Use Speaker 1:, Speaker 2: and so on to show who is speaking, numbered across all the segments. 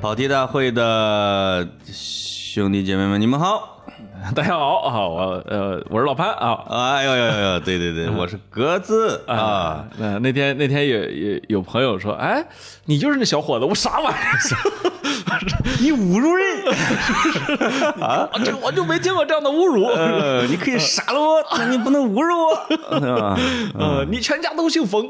Speaker 1: 跑题大会的兄弟姐妹们，你们好！
Speaker 2: 大家好啊，我呃我是老潘啊
Speaker 1: 哎呦呦呦 呦，对对对，
Speaker 2: 嗯
Speaker 1: 我是格子啊。，
Speaker 2: 那那天那天也也有朋友说，哎，你就是那小伙子，我啥玩 意儿？
Speaker 1: 你侮辱人！
Speaker 2: 我就我就没见过这样的侮辱。
Speaker 1: 啊呃，你可以杀了我，但你不能侮辱 我。是 吧
Speaker 2: 呃，你全家都姓冯，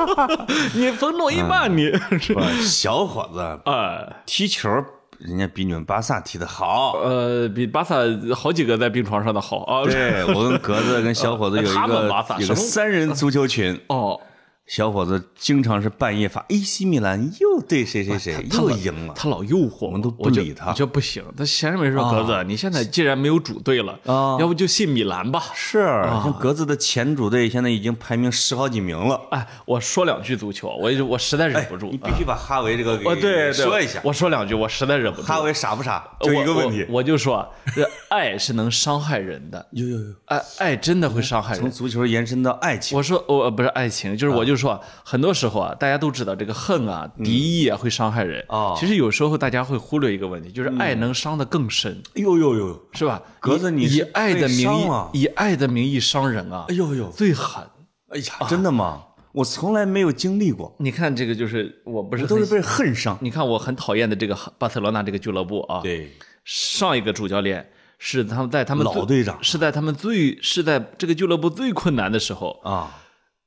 Speaker 2: 你冯诺依曼，你
Speaker 1: 不小伙子
Speaker 2: 啊
Speaker 1: 踢球，人家比你们巴萨踢得好。
Speaker 2: 呃，比巴萨好几个在病床上的好啊。
Speaker 1: 对我跟格子跟小伙子有一
Speaker 2: 他们
Speaker 1: 个
Speaker 2: 巴萨
Speaker 1: 有个
Speaker 2: 什么
Speaker 1: 三人足球群，
Speaker 2: 哦，
Speaker 1: 小伙子经常是半夜发 AC 米兰又对谁谁谁又赢了。
Speaker 2: 他老诱惑我，
Speaker 1: 们都不
Speaker 2: 我就
Speaker 1: 理他
Speaker 2: 我就不行。他闲着没事说，
Speaker 1: 啊
Speaker 2: 格子，你现在既然没有主队了，
Speaker 1: 啊
Speaker 2: 要不就信米兰吧。
Speaker 1: 是，
Speaker 2: 啊
Speaker 1: 像格子的前主队现在已经排名十好几名了。
Speaker 2: 哎，我说两句足球，我也就我实在忍
Speaker 1: 哎
Speaker 2: 不住。
Speaker 1: 你必须把哈维这个给
Speaker 2: 我对对
Speaker 1: 说一下。
Speaker 2: 我说两句，我实在忍不住。
Speaker 1: 哈维傻不傻？
Speaker 2: 我
Speaker 1: 就一个问题。
Speaker 2: 呃我我就说，这爱是能伤害人的，
Speaker 1: 有有有，
Speaker 2: 爱爱真的会伤害
Speaker 1: 从啊
Speaker 2: 人。
Speaker 1: 足球延伸到爱情。
Speaker 2: 我说，我、呃不是爱情，就是我就说，很多时候啊，大家都知道这个恨啊、敌意啊会伤害人。
Speaker 1: 嗯哦嗯
Speaker 2: 其实有时候大家会忽略一个问题，就是爱能伤得更深，
Speaker 1: 哎呦呦呦，
Speaker 2: 是吧？
Speaker 1: 格子你
Speaker 2: 以以
Speaker 1: 是
Speaker 2: 爱的
Speaker 1: 被
Speaker 2: 名义
Speaker 1: 伤了，
Speaker 2: 以爱的名义伤人啊，
Speaker 1: 哎呦呦，
Speaker 2: 最狠。
Speaker 1: 哎
Speaker 2: 啊
Speaker 1: 呀，真的吗？我从来没有经历过，
Speaker 2: 你看这个就是，我不是
Speaker 1: 我都
Speaker 2: 很
Speaker 1: 是被恨伤。
Speaker 2: 你看我很讨厌的这个巴塞罗那这个俱乐部啊，
Speaker 1: 对，
Speaker 2: 上一个主教练是他们在他们最
Speaker 1: 老队长
Speaker 2: 是在他们最是在这个俱乐部最困难的时候
Speaker 1: 啊，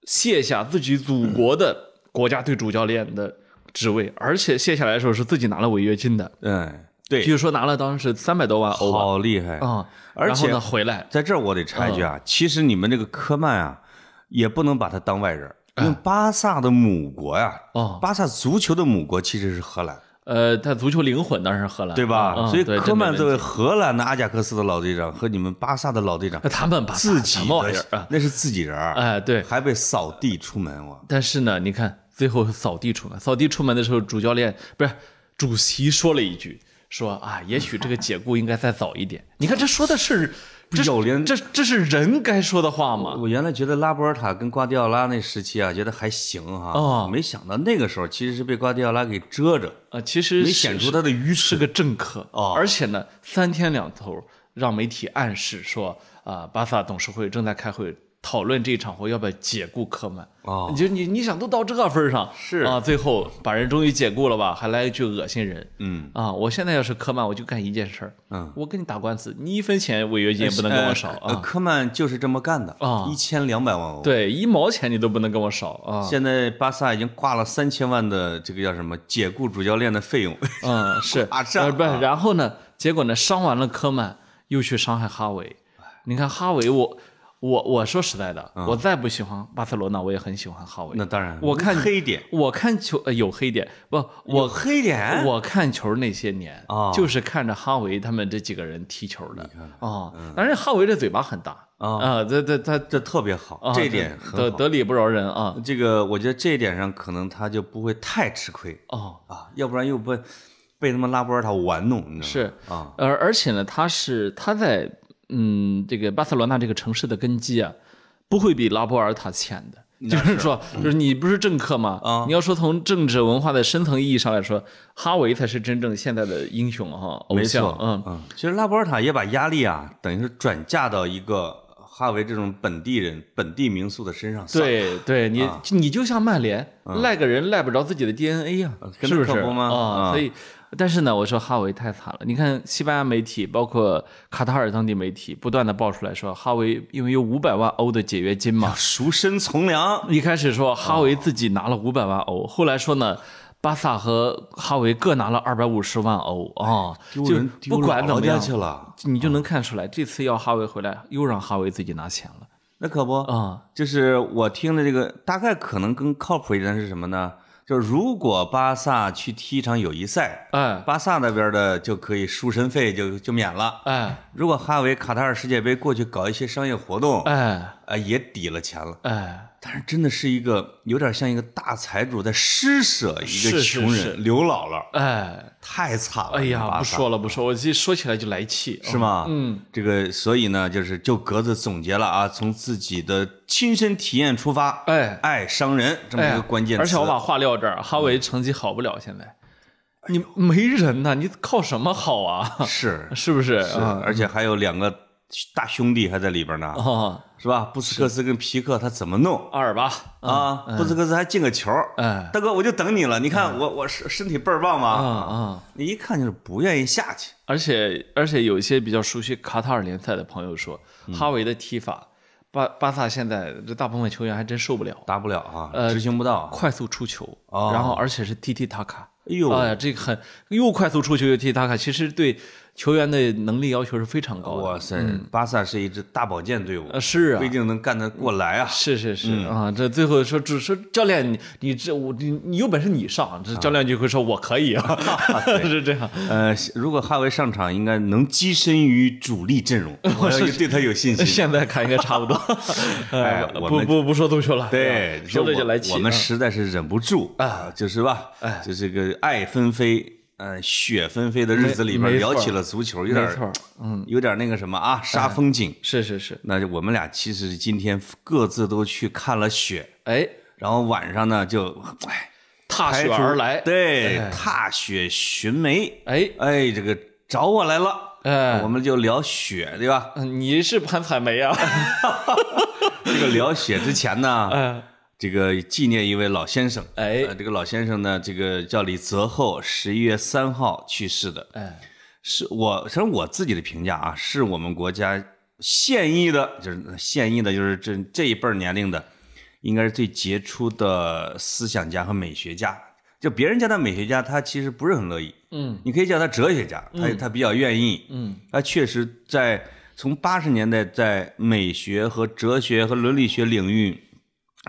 Speaker 2: 卸下自己祖国的国家队主教练的职位，而且卸下来的时候是自己拿了违约金的，
Speaker 1: 嗯，
Speaker 2: 据
Speaker 1: 对，
Speaker 2: 说拿了当时三百多万欧吧
Speaker 1: 好厉害
Speaker 2: 啊，
Speaker 1: 而且
Speaker 2: 然后呢回来
Speaker 1: 在这儿我得插一句啊，其实你们这个科曼啊，也不能把他当外人，因
Speaker 2: 啊
Speaker 1: 为巴萨的母国呀、
Speaker 2: 哦
Speaker 1: 巴萨足球的母国其实是荷兰，
Speaker 2: 呃，他足球灵魂当然是荷兰
Speaker 1: 对吧？
Speaker 2: 嗯
Speaker 1: 所以
Speaker 2: 对
Speaker 1: 科曼
Speaker 2: 这没问题
Speaker 1: 作为荷兰的阿贾克斯的老队长和你们巴萨的老队长
Speaker 2: 那，他们把
Speaker 1: 自
Speaker 2: 哎什
Speaker 1: 己
Speaker 2: 么玩意儿
Speaker 1: 的
Speaker 2: 啊？
Speaker 1: 那是自己人儿，
Speaker 2: 哎，对，
Speaker 1: 还被扫地出门，我
Speaker 2: 但是呢，你看最后扫地出门，扫地出门的时候，主教练不是主席说了一句，说啊，也许这个解雇应该再早一点。你看这说的是这是
Speaker 1: 要脸
Speaker 2: 这这是人该说的话吗？
Speaker 1: 我原来觉得拉波尔塔跟瓜迪奥拉那时期啊，觉得还行哈、
Speaker 2: 哦
Speaker 1: 没想到那个时候其实是被瓜迪奥拉给遮着，
Speaker 2: 啊，其实
Speaker 1: 没
Speaker 2: 是
Speaker 1: 显出他的愚
Speaker 2: 是
Speaker 1: 蠢。
Speaker 2: 个政客
Speaker 1: 哦
Speaker 2: 而且呢，三天两头让媒体暗示说啊、巴萨董事会正在开会。讨论这一场活要不要解雇科曼
Speaker 1: 哦
Speaker 2: 就你你想都到这份儿上
Speaker 1: 是
Speaker 2: 啊，最后把人终于解雇了吧，还来一句恶心人，嗯啊，我现在要是科曼，我就干一件事儿，
Speaker 1: 嗯，
Speaker 2: 我跟你打官司，你一分钱违约金也不能跟我少
Speaker 1: 呃呃
Speaker 2: 啊，
Speaker 1: 科曼就是这么干的
Speaker 2: 啊
Speaker 1: 一千两百万欧。，
Speaker 2: 对，一毛钱你都不能跟我少啊，
Speaker 1: 现在巴萨已经挂了三千万的这个叫什么解雇主教练的费用。
Speaker 2: 嗯，是，
Speaker 1: 打仗
Speaker 2: 呃不是
Speaker 1: 啊，
Speaker 2: 然后呢？结果呢？伤完了科曼，又去伤害哈维。你看哈维，我我我说实在的，我再不喜欢巴塞罗那，我也很喜欢哈维
Speaker 1: 嗯那。当然，
Speaker 2: 我看
Speaker 1: 黑点，
Speaker 2: 我看球呃有黑点不？
Speaker 1: 有
Speaker 2: 我
Speaker 1: 黑点，
Speaker 2: 我看球那些年
Speaker 1: 哎哦
Speaker 2: 就是看着哈维他们这几个人踢球的啊。当然，哈维这嘴巴很大
Speaker 1: 嗯哦
Speaker 2: 啊，这这他
Speaker 1: 这特别好，
Speaker 2: 啊
Speaker 1: 这一点
Speaker 2: 得
Speaker 1: 很好。
Speaker 2: 得理不饶人啊。
Speaker 1: 这个我觉得这一点上可能他就不会太吃亏
Speaker 2: 哦，
Speaker 1: 啊，要不然又被被他们拉波尔塔玩弄，你知道吗？
Speaker 2: 是
Speaker 1: 啊，
Speaker 2: 而而且呢，他是他在嗯这个巴塞罗那这个城市的根基啊，不会比拉波尔塔浅的。就是说，就是你不是政客吗？
Speaker 1: 嗯啊
Speaker 2: 你要说从政治文化的深层意义上来说，哈维才是真正现在的英雄哈，偶
Speaker 1: 没
Speaker 2: 像
Speaker 1: 错，。
Speaker 2: 嗯，
Speaker 1: 嗯，其实拉波尔塔也把压力啊，等于是转嫁到一个哈维这种本地人、本地民宿的身上，算了，
Speaker 2: 对对，你
Speaker 1: 啊
Speaker 2: 你就像曼联，赖个人赖不着自己的 DNA 呀
Speaker 1: 呃，啊跟
Speaker 2: 啊
Speaker 1: 他
Speaker 2: 是是
Speaker 1: 可不吗
Speaker 2: 啊？
Speaker 1: 啊
Speaker 2: 所以，但是呢，我说哈维太惨了。你看西班牙媒体，包括卡塔尔当地媒体，不断的爆出来说，哈维因为有五百万欧的解约金嘛，
Speaker 1: 赎身从良，
Speaker 2: 一开始说哈维自己拿了五百万欧，后来说呢，巴萨和哈维各拿了二百五十万欧啊，
Speaker 1: 丢
Speaker 2: 就
Speaker 1: 人丢
Speaker 2: 不管怎
Speaker 1: 老
Speaker 2: 么
Speaker 1: 家
Speaker 2: 样，
Speaker 1: 去了，
Speaker 2: 你就能看出来，这次要哈维回来，又让哈维自己拿钱了
Speaker 1: 那可不，
Speaker 2: 啊。
Speaker 1: 就是我听的这个，大概可能更靠谱一点是什么呢？就是如果巴萨去踢一场友谊赛，
Speaker 2: 哎
Speaker 1: 巴萨那边的就可以赎身费就就免了。
Speaker 2: 哎
Speaker 1: 如果哈维卡塔尔世界杯过去搞一些商业活动，
Speaker 2: 哎
Speaker 1: 啊，也抵了钱了。
Speaker 2: 哎，
Speaker 1: 但是真的是一个有点像一个大财主在施舍一个
Speaker 2: 是是
Speaker 1: 穷人
Speaker 2: 是
Speaker 1: 刘姥姥，
Speaker 2: 哎
Speaker 1: 太惨了。
Speaker 2: 哎呀，
Speaker 1: 巴
Speaker 2: 不
Speaker 1: 萨
Speaker 2: 说了不说，我这说起来就来气，
Speaker 1: 是吗？嗯，这个所以呢，就是就格子总结了啊，从自己的亲身体验出发，
Speaker 2: 哎
Speaker 1: 爱伤人这么
Speaker 2: 哎
Speaker 1: 一
Speaker 2: 呀
Speaker 1: 个关键词。
Speaker 2: 而且我把话撂这儿，哈维成绩好不了，现在
Speaker 1: 哎
Speaker 2: 你没人呐，你靠什么好啊？
Speaker 1: 是
Speaker 2: 是不是
Speaker 1: 是，
Speaker 2: 啊？
Speaker 1: 而且还有两个大兄弟还在里边呢，
Speaker 2: 哦，
Speaker 1: 是吧？布斯克斯跟皮克他怎么弄
Speaker 2: 阿尔巴，
Speaker 1: 啊？布斯克斯还进个球，
Speaker 2: 嗯哎，嗯
Speaker 1: 大哥我就等你了，你看我我身身体倍儿棒
Speaker 2: 啊
Speaker 1: 吧？
Speaker 2: 啊！
Speaker 1: 你一看就是不愿意下去，
Speaker 2: 而且而且有一些比较熟悉卡塔尔联赛的朋友说，
Speaker 1: 嗯
Speaker 2: 哈维的踢法，巴巴萨现在这大部分球员还真受不了，
Speaker 1: 达不了啊，
Speaker 2: 呃
Speaker 1: 执行不到啊。
Speaker 2: 快速出球，
Speaker 1: 哦
Speaker 2: 然后而且是踢踢塔卡，
Speaker 1: 哎呦，
Speaker 2: 哎呀，这个很又快速出球又踢踢塔卡，其实对球员的能力要求是非常高的。
Speaker 1: 哇塞，巴萨是一支大保健队伍
Speaker 2: 嗯呃，，是啊
Speaker 1: 不一，定能干得过来啊。
Speaker 2: 是是是啊，这最后说只是教练，你你这我你你有本事你上，
Speaker 1: 啊
Speaker 2: 这教练就会说我可以 啊，是这样。
Speaker 1: 呃，如果哈维上场，应该能跻身于主力阵 容，我要对他有信心。
Speaker 2: 现在看应该差不多。
Speaker 1: 哎
Speaker 2: 呃
Speaker 1: 我
Speaker 2: 不
Speaker 1: 们
Speaker 2: 不不说足球了，
Speaker 1: 对，
Speaker 2: 说
Speaker 1: 这
Speaker 2: 这就
Speaker 1: 我
Speaker 2: 来气。哎
Speaker 1: 我们
Speaker 2: 啊
Speaker 1: 实在是忍不住啊，就是吧，就是个爱纷飞。呃，雪纷飞的日子里边
Speaker 2: 没没
Speaker 1: 聊
Speaker 2: 错
Speaker 1: 起了足球，有点
Speaker 2: 没错，哎
Speaker 1: 嗯，有点那个什么啊，煞风景。
Speaker 2: 是是是，
Speaker 1: 那就我们俩其实今天各自都去看了雪，
Speaker 2: 哎，
Speaker 1: 然后晚上呢就哎
Speaker 2: 踏
Speaker 1: 排
Speaker 2: 雪
Speaker 1: 除
Speaker 2: 而来，
Speaker 1: 对，踏雪寻梅，
Speaker 2: 哎，
Speaker 1: 哎，这个找我来了，
Speaker 2: 哎
Speaker 1: 我们就聊雪，对吧？
Speaker 2: 嗯你是潘采梅 啊？
Speaker 1: 这个聊雪之前 呢，
Speaker 2: 嗯
Speaker 1: 这个纪念一位老先生，
Speaker 2: 哎
Speaker 1: 呃这个老先生呢，这个叫李泽厚，十一月三号去世的，
Speaker 2: 哎，
Speaker 1: 是我，反正我自己的评价啊，是我们国家现役的，就是现役的，就是这这一辈儿年龄的，应该是最杰出的思想家和美学家。就别人叫他美学家，他其实不是很乐意。
Speaker 2: 嗯，
Speaker 1: 你可以叫他哲学家，他他比较愿意。
Speaker 2: 嗯，
Speaker 1: 他确实在从八十年代在美学和哲学和伦理学领域，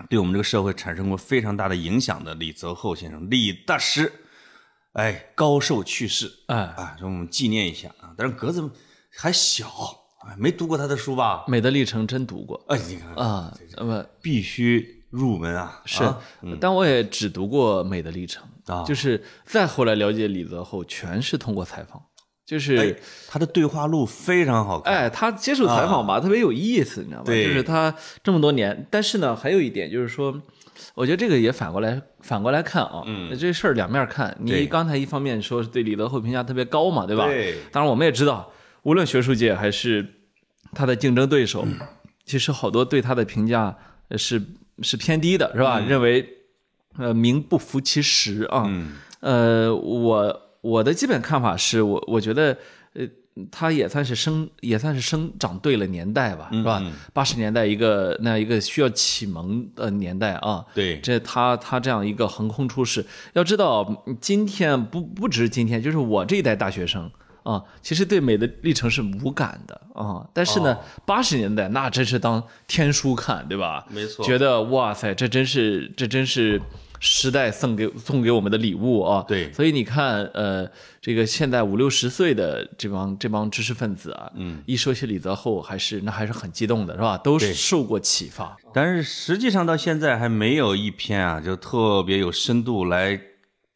Speaker 1: 对我们这个社会产生过非常大的影响的李泽厚先生，李大师，哎，高寿去世。
Speaker 2: 哎，
Speaker 1: 啊，让我们纪念一下啊。但是格子还小，哎没读过他的书吧？
Speaker 2: 《美的历程》真读过
Speaker 1: 哎，你看，
Speaker 2: 啊，嗯那么
Speaker 1: 必须入门啊！
Speaker 2: 是
Speaker 1: 啊，
Speaker 2: 但我也只读过《美的历程
Speaker 1: 啊》，
Speaker 2: 就是再后来了解李泽厚，全是通过采访，就
Speaker 1: 哎
Speaker 2: 是。，
Speaker 1: 他的对话录非常好看。啊
Speaker 2: 哎，他接受采访吧，特别有意思，你知道吗？
Speaker 1: 对
Speaker 2: 就是他这么多年，但是呢，还有一点就是说，我觉得这个也反过来反过来看啊，嗯，这事儿两面看。
Speaker 1: 对
Speaker 2: 你刚才一方面说是对李德厚评价特别高嘛，对吧？
Speaker 1: 对
Speaker 2: 当然，我们也知道，无论学术界还是他的竞争对手，其实好多对他的评价呃是是偏低的，是吧？认为呃名不符其实啊。
Speaker 1: 嗯，
Speaker 2: 呃，我我的基本看法是我我觉得，呃，他也算是生也算是生长对了年代吧，是吧？八十年代一个那样一个需要启蒙的年代啊，
Speaker 1: 对，
Speaker 2: 这他他这样一个横空出世，要知道嗯今天不不只是今天，就是我这一代大学生。啊、其实对美的历程是无感的啊、但是
Speaker 1: 哦
Speaker 2: 呢，八十、年代那真是当天书看，对吧？
Speaker 1: 没错
Speaker 2: 觉得哇塞，这真是这真是时代送给送给我们的礼物啊！
Speaker 1: 对
Speaker 2: 所以你看，呃，这个现在五六十岁的这帮这帮知识分子啊，嗯，一说起李泽厚，还是那还是很激动的，是吧？都
Speaker 1: 对
Speaker 2: 受过启发，
Speaker 1: 但是实际上到现在还没有一篇啊，就特别有深度来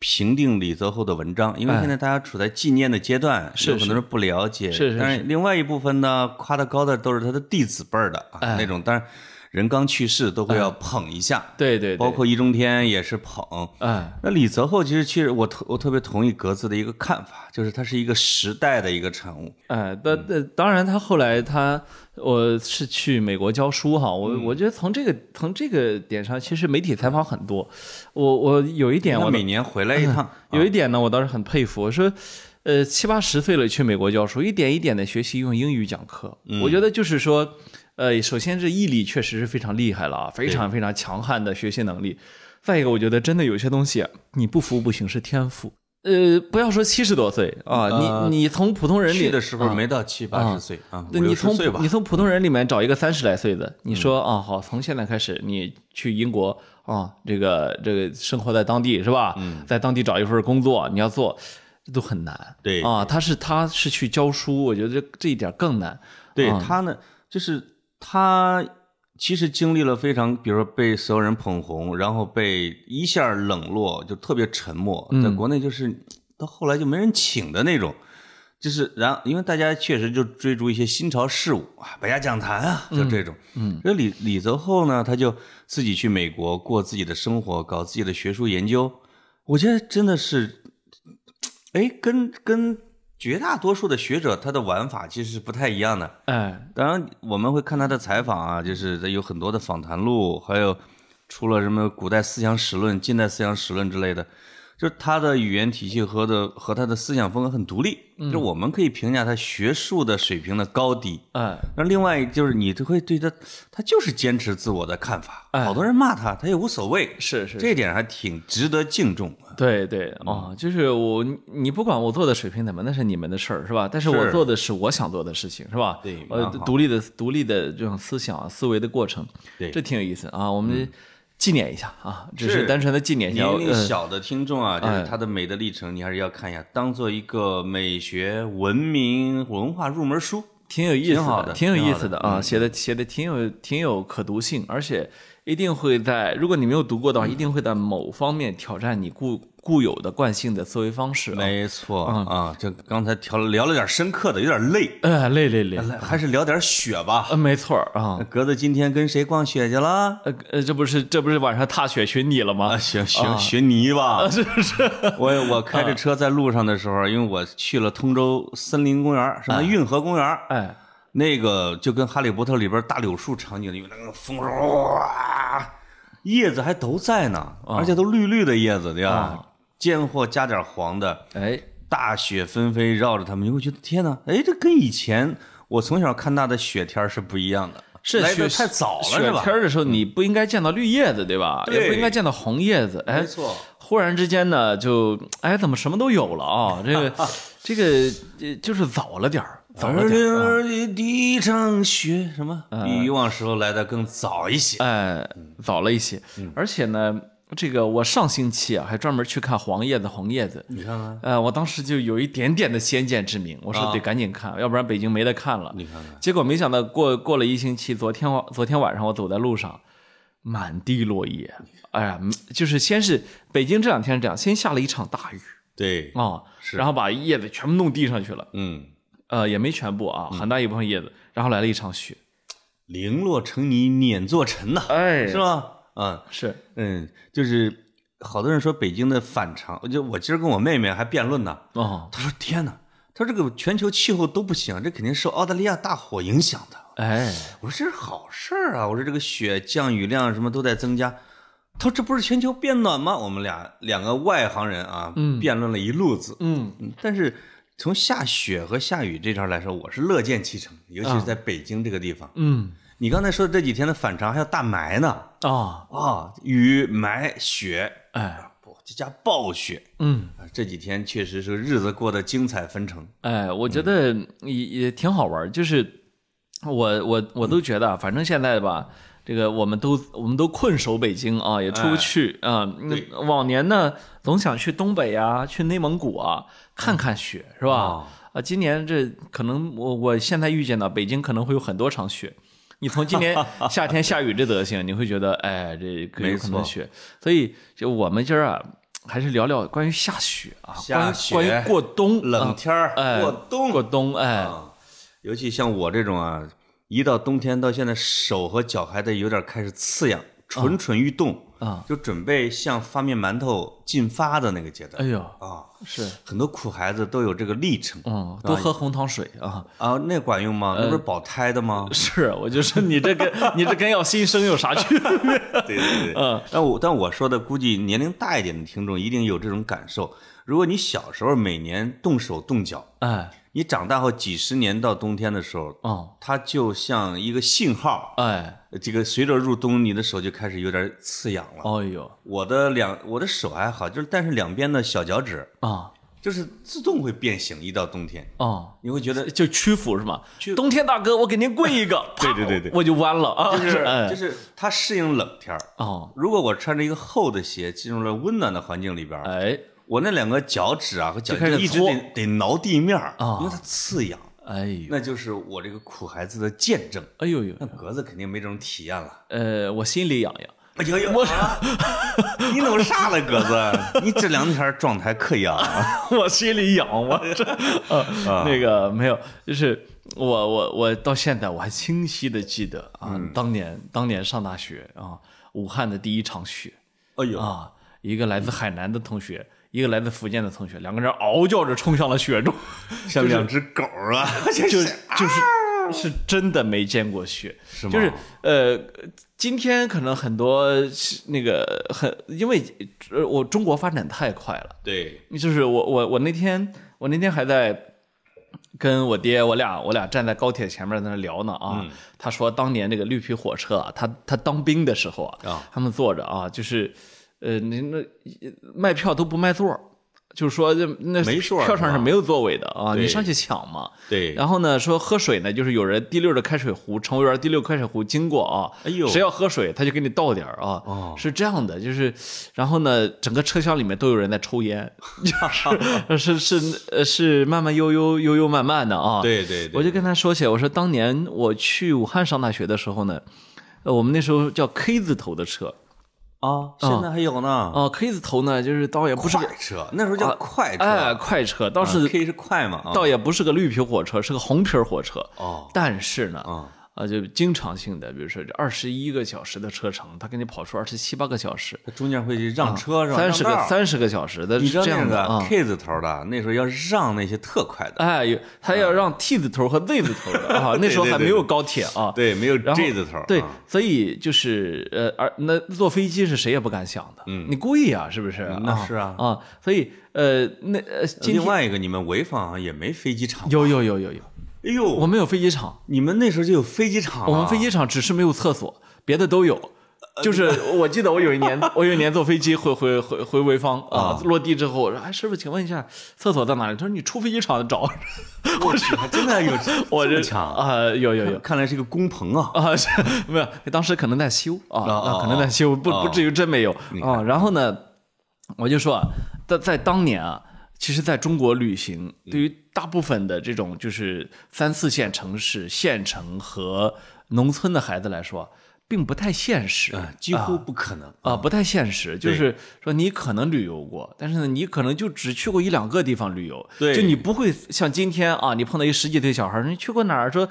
Speaker 1: 评定李泽厚的文章，因为现在大家处在纪念的阶段，
Speaker 2: 哎是
Speaker 1: 有很多人不了解。
Speaker 2: 是是
Speaker 1: 但是另外一部分呢，夸他高的都是他的弟子辈儿的啊，
Speaker 2: 哎
Speaker 1: 那种，当然人刚去世都会要捧一下。
Speaker 2: 对哎对对，
Speaker 1: 包括易中天也是捧。
Speaker 2: 哎
Speaker 1: 那李泽厚其实其实我特我特别同意格子的一个看法，就是它是一个时代的一个产物。
Speaker 2: 哎，
Speaker 1: 嗯
Speaker 2: 但但当然，他后来他我是去美国教书哈，我、
Speaker 1: 嗯
Speaker 2: 我觉得从这个从这个点上，其实媒体采访很多，我我有一点
Speaker 1: 他
Speaker 2: 哎我
Speaker 1: 每年回来一 趟，
Speaker 2: 有一点呢，我倒是很佩服。我说，呃，七八十岁了去美国教书，一点一点的学习用英语讲课，
Speaker 1: 嗯
Speaker 2: 我觉得就是说，呃，首先这毅力确实是非常厉害了啊，非常非常强悍的学习能力。再一个，我觉得真的有些东西啊你不服不行，是天赋。呃，不要说七十多岁啊，
Speaker 1: 呃
Speaker 2: 你你从普通人里
Speaker 1: 去的时候没到七八十岁啊，
Speaker 2: 对
Speaker 1: 五
Speaker 2: 啊你
Speaker 1: 六十
Speaker 2: 从
Speaker 1: 岁吧
Speaker 2: 你。从普通人里面找一个三十来岁的，你说啊、好，从现在开始你去英国啊、这个这个生活在当地是吧？
Speaker 1: 嗯
Speaker 2: 在当地找一份工作，你要做这都很难。
Speaker 1: 对
Speaker 2: 啊，他是他是去教书，我觉得这这一点更难。
Speaker 1: 对他呢，就是他其实经历了非常，比如说被所有人捧红，然后被一下冷落，就特别沉默，在国内就是到后来就没人请的那种。就是，然因为大家确实就追逐一些新潮事物啊，百家讲坛啊，就这种。嗯，这李李泽厚呢，他就自己去美国过自己的生活，搞自己的学术研究。我觉得真的是哎，跟跟绝大多数的学者他的玩法其实是不太一样的。
Speaker 2: 哎，
Speaker 1: 当然，我们会看他的采访啊，就是他有很多的访谈录，还有出了什么古代思想史论、近代思想史论之类的，就是他的语言体系和的和他的思想风格很独立，
Speaker 2: 嗯
Speaker 1: 就是我们可以评价他学术的水平的高低。
Speaker 2: 哎，
Speaker 1: 那另外就是你就会对他，他就是坚持自我的看法，
Speaker 2: 哎
Speaker 1: 好多人骂他，他也无所谓，
Speaker 2: 是是，
Speaker 1: 这一点还挺值得敬重啊。
Speaker 2: 对对哦，就是我你你不管我做的水平怎么，那是你们的事儿是吧？但是我
Speaker 1: 是
Speaker 2: 做的是我想做的事情是吧？
Speaker 1: 对
Speaker 2: 呃
Speaker 1: 蛮好，
Speaker 2: 独立的独立的这种思想啊、思维的过程，
Speaker 1: 对嗯
Speaker 2: 这挺有意思啊。我们纪念一下啊，只
Speaker 1: 是
Speaker 2: 是单纯的纪念一下。
Speaker 1: 年龄
Speaker 2: 呃
Speaker 1: 小的听众啊，就是
Speaker 2: 哎
Speaker 1: 他的美的历程，你还是要看一下，当做一个美学、文明、文化入门书。
Speaker 2: 挺有意思
Speaker 1: 挺好的
Speaker 2: 挺有意思
Speaker 1: 挺好的嗯
Speaker 2: 啊，写的写的挺有挺有可读性，而且一定会在，如果你没有读过的
Speaker 1: 嗯
Speaker 2: 话，一定会在某方面挑战你固固有的惯性的思维方式啊。
Speaker 1: 没错啊，这刚才聊聊了点深刻的，有点累，
Speaker 2: 呃，累累累，
Speaker 1: 来还是聊点雪吧。
Speaker 2: 呃，没错儿啊
Speaker 1: 那，格子今天跟谁逛雪去了？
Speaker 2: 呃呃，这不是这不是晚上踏雪寻你了吗
Speaker 1: 啊，？雪雪雪泥吧，是是。啊我我开着车在路上的时候，因为我去了通州森林公园，什么运河公园，
Speaker 2: 哎，
Speaker 1: 那个就跟《哈利波特》里边大柳树场景，因为那个风哇，叶子还都在呢，而且都绿绿的叶子，对吧？间或加点黄的，
Speaker 2: 哎，
Speaker 1: 大雪纷飞绕着它们，你会觉得天哪，哎，这跟以前我从小看大的雪天儿是不一样的，
Speaker 2: 是
Speaker 1: 来
Speaker 2: 雪
Speaker 1: 的太早了，
Speaker 2: 雪
Speaker 1: 是吧嗯
Speaker 2: 天？儿的时候，你不应该见到绿叶子，对吧？
Speaker 1: 对
Speaker 2: 也不应该见到红叶子。哎，
Speaker 1: 没错。
Speaker 2: 忽然之间呢，就哎，怎么什么都有了啊？这 个这个呃就是早了点儿，早嗯了
Speaker 1: 二
Speaker 2: 点儿。
Speaker 1: 零二零第一场雪，什么比以往时候来的更早一些？
Speaker 2: 哎，早了一些。
Speaker 1: 嗯
Speaker 2: 而且呢，这个我上星期啊，还专门去看黄叶子、红叶子。
Speaker 1: 你看看，
Speaker 2: 呃，我当时就有一点点的先见之明，我说得赶紧看，要不然北京没得看了。
Speaker 1: 你看看，
Speaker 2: 结果没想到过过了一星期，昨天晚昨天晚上我走在路上，满地落叶。哎呀，嗯就是先是北京这两天是这样，先下了一场大雨
Speaker 1: 对，
Speaker 2: 啊、
Speaker 1: 嗯是
Speaker 2: 然后把叶子全部弄地上去了。
Speaker 1: 嗯，
Speaker 2: 呃，也没全部啊，很大一部分叶子，然后来了一场雪。
Speaker 1: 零落成泥碾作尘呐，
Speaker 2: 哎
Speaker 1: 是吧？嗯
Speaker 2: 是，
Speaker 1: 嗯，就是好多人说北京的反常，就我今儿跟我妹妹还辩论呢，
Speaker 2: 哦，
Speaker 1: 她说天哪，她说这个全球气候都不行，这肯定受澳大利亚大火影响的。
Speaker 2: 哎，
Speaker 1: 我说这是好事儿啊！我说这个雪降雨量什么都在增加。他说这不是全球变暖吗？我们俩两个外行人啊，辩论了一路子。
Speaker 2: 嗯，
Speaker 1: 嗯但是从下雪和下雨这条来说，我是乐见其成，尤其是在北京这个地方。
Speaker 2: 嗯，
Speaker 1: 你刚才说的这几天的反常，还有大霾呢
Speaker 2: 啊、
Speaker 1: 啊，雨霾雪，啊
Speaker 2: 哎，
Speaker 1: 不，这加暴雪。
Speaker 2: 嗯，
Speaker 1: 啊这几天确实是日子过得精彩纷呈。
Speaker 2: 哎，我觉得也也挺好玩儿，就是我我我都觉得啊，反正现在吧，这个我们都我们都困守北京啊，也出不去啊。
Speaker 1: 对
Speaker 2: 那往年呢，总想去东北啊，去内蒙古啊，看看雪，是吧
Speaker 1: 哦？
Speaker 2: 啊，今年这可能我我现在预见到北京可能会有很多场雪。你从 今年夏天下雨这德行，你会觉得哎，这可
Speaker 1: 没
Speaker 2: 有可
Speaker 1: 错
Speaker 2: 能雪。所以就我们今儿啊，还是聊聊关于下雪啊，
Speaker 1: 下雪
Speaker 2: 关于关于过冬
Speaker 1: 冷
Speaker 2: 啊
Speaker 1: 天儿、
Speaker 2: 哎，
Speaker 1: 过冬，
Speaker 2: 过冬，哎，
Speaker 1: 啊，尤其像我这种啊，一到冬天到现在，手和脚还得有点开始刺痒，蠢蠢欲动
Speaker 2: 啊，
Speaker 1: 就准备向发面馒头进发的那个阶
Speaker 2: 哎
Speaker 1: 段
Speaker 2: 呦，
Speaker 1: 啊。
Speaker 2: 是，
Speaker 1: 很多苦孩子都有这个历程
Speaker 2: 嗯，呃多喝红糖水啊。？
Speaker 1: 啊，那管用吗？那不是保胎的吗
Speaker 2: 是，我就说你这跟你这跟要新生有啥区别？
Speaker 1: 对对
Speaker 2: 嗯
Speaker 1: 对。但我但我说的，估计年龄大一点的听众一定有这种感受。如果你小时候每年动手动脚，
Speaker 2: 哎，
Speaker 1: 你长大后几十年到冬天的时候，
Speaker 2: 哦，
Speaker 1: 它就像一个信号，
Speaker 2: 哎，
Speaker 1: 这个随着入冬，你的手就开始有点刺痒了。
Speaker 2: 哎呦，
Speaker 1: 我的两我的手还好，就是但是两边的小脚趾
Speaker 2: 啊，
Speaker 1: 就是自动会变形，一到冬天
Speaker 2: 哦，
Speaker 1: 你会觉得
Speaker 2: 就屈服是吗
Speaker 1: 屈？
Speaker 2: 冬天大哥，我给您跪 一个，
Speaker 1: 对
Speaker 2: 啪
Speaker 1: 对对对
Speaker 2: 我就弯了啊，
Speaker 1: 就是
Speaker 2: 哎，
Speaker 1: 就是它适应冷天儿。
Speaker 2: 哦，
Speaker 1: 如果我穿着一个厚的鞋进入了温暖的环境里边儿，
Speaker 2: 哎，
Speaker 1: 我那两个脚趾啊和脚
Speaker 2: 就开
Speaker 1: 就
Speaker 2: 始
Speaker 1: 一直
Speaker 2: 搓
Speaker 1: 得得挠地面儿
Speaker 2: 啊
Speaker 1: 因为它刺痒。
Speaker 2: 哎呦，
Speaker 1: 那就是我这个苦孩子的见证。
Speaker 2: 哎呦呦，
Speaker 1: 那格子肯定没这种体验了。
Speaker 2: 呃，我心里痒 痒，
Speaker 1: 哎呦呦，啊你弄啥了，格子？啊你这两天儿状态可以 啊。
Speaker 2: 我心里痒，我 这呃那个没有，就是我我我到现在我还清晰的记得啊，
Speaker 1: 嗯
Speaker 2: 当年当年上大学啊，武汉的第一场雪
Speaker 1: 哎呦，
Speaker 2: 啊，一个来自海南的同学一个来自福建的同学，两个人嗷叫着冲向了雪中，
Speaker 1: 像两只狗啊，
Speaker 2: 就就是是真的没见过雪，
Speaker 1: 是吗？
Speaker 2: 就是呃，今天可能很多那个很，因为呃我中国发展太快了，
Speaker 1: 对，
Speaker 2: 就是我我我那天我那天还在。跟我爹，我俩我俩站在高铁前面在那聊呢啊。
Speaker 1: 嗯
Speaker 2: 他说当年那个绿皮火车啊，他他当兵的时候啊，
Speaker 1: 啊
Speaker 2: 他们坐着啊，就是呃，那那卖票都不卖座儿，就是说这那
Speaker 1: 没座儿
Speaker 2: 票上
Speaker 1: 是
Speaker 2: 是
Speaker 1: 吧
Speaker 2: 没有座位的啊，
Speaker 1: 对
Speaker 2: 你上去抢嘛。
Speaker 1: 对，
Speaker 2: 然后呢，说喝水呢，就是有人第六的开水壶，乘务员第六开水壶经过啊，
Speaker 1: 哎呦
Speaker 2: 谁要喝水他就给你倒点儿啊，
Speaker 1: 哦
Speaker 2: 是这样的，就是，然后呢，整个车厢里面都有人在抽 烟，就是是是呃是慢慢悠悠悠悠慢慢的啊，，
Speaker 1: 对对对，
Speaker 2: 我就跟他说起来，我说当年我去武汉上大学的时候呢，呃，我们那时候叫 K 字头的车，
Speaker 1: 啊，现在还有呢，
Speaker 2: 哦、k 字头呢就是倒也不是个
Speaker 1: 快车，那时候叫快车，
Speaker 2: 哎
Speaker 1: 啊
Speaker 2: 快车，倒是、
Speaker 1: K 是快嘛，啊
Speaker 2: 倒也不是个绿皮火车，是个红皮火车，
Speaker 1: 哦，
Speaker 2: 但是呢，
Speaker 1: 嗯
Speaker 2: 啊，就经常性的，比如说这二十一个小时的车程，他给你跑出二十七八个小时，
Speaker 1: 它中间会去让车是吧？
Speaker 2: 啊三十
Speaker 1: 让
Speaker 2: 个
Speaker 1: 道
Speaker 2: 三十个小时的，
Speaker 1: 你知道
Speaker 2: 这
Speaker 1: 那
Speaker 2: 样的
Speaker 1: 个
Speaker 2: 啊。
Speaker 1: K 字头的，那时候要是让那些特快的，
Speaker 2: 哎，有他要让 T 字头和 Z 字头 的啊，那时候还没有高铁啊。
Speaker 1: 对，没有
Speaker 2: 然后
Speaker 1: J 字头，
Speaker 2: 对
Speaker 1: 啊，
Speaker 2: 所以就是呃，而那坐飞机是谁也不敢想的，你故意啊，是不是？
Speaker 1: 嗯那是啊
Speaker 2: 啊啊，所以呃，那呃，今
Speaker 1: 另
Speaker 2: 天
Speaker 1: 外一个，你们潍坊好像也没飞机场。
Speaker 2: 有有有有有，
Speaker 1: 哎呦，
Speaker 2: 我们有飞机场，
Speaker 1: 你们那时候就有飞机场了？啊
Speaker 2: 我们飞机场只是没有厕所，别的都有。就是呃我记得我有一 年，我有一年坐飞机回回回回潍坊啊，落地之后我说：“哎，师傅，请问一下厕所在哪里？”他说：“你出飞机场找。
Speaker 1: 我去，还真的有
Speaker 2: 我
Speaker 1: 这
Speaker 2: 这
Speaker 1: 么”强啊！
Speaker 2: 啊，有有有
Speaker 1: 看来是个工棚啊。
Speaker 2: 啊，是没有，当时可能在修
Speaker 1: 哦
Speaker 2: 啊，
Speaker 1: 哦
Speaker 2: 啊可能在修，不
Speaker 1: 哦
Speaker 2: 不至于真没有啊。然后呢，我就说啊，在在当年啊，其实在中国旅行，对
Speaker 1: 嗯
Speaker 2: 于大部分的这种就是三四线城市、县城和农村的孩子来说，啊并不太现实。
Speaker 1: 啊，几乎不可能。
Speaker 2: 啊、不太现实，就是说你可能旅游过，但是呢，你可能就只去过一两个地方旅游，
Speaker 1: 对
Speaker 2: 就你不会像今天啊，你碰到一十几岁小孩儿，你去过哪儿？说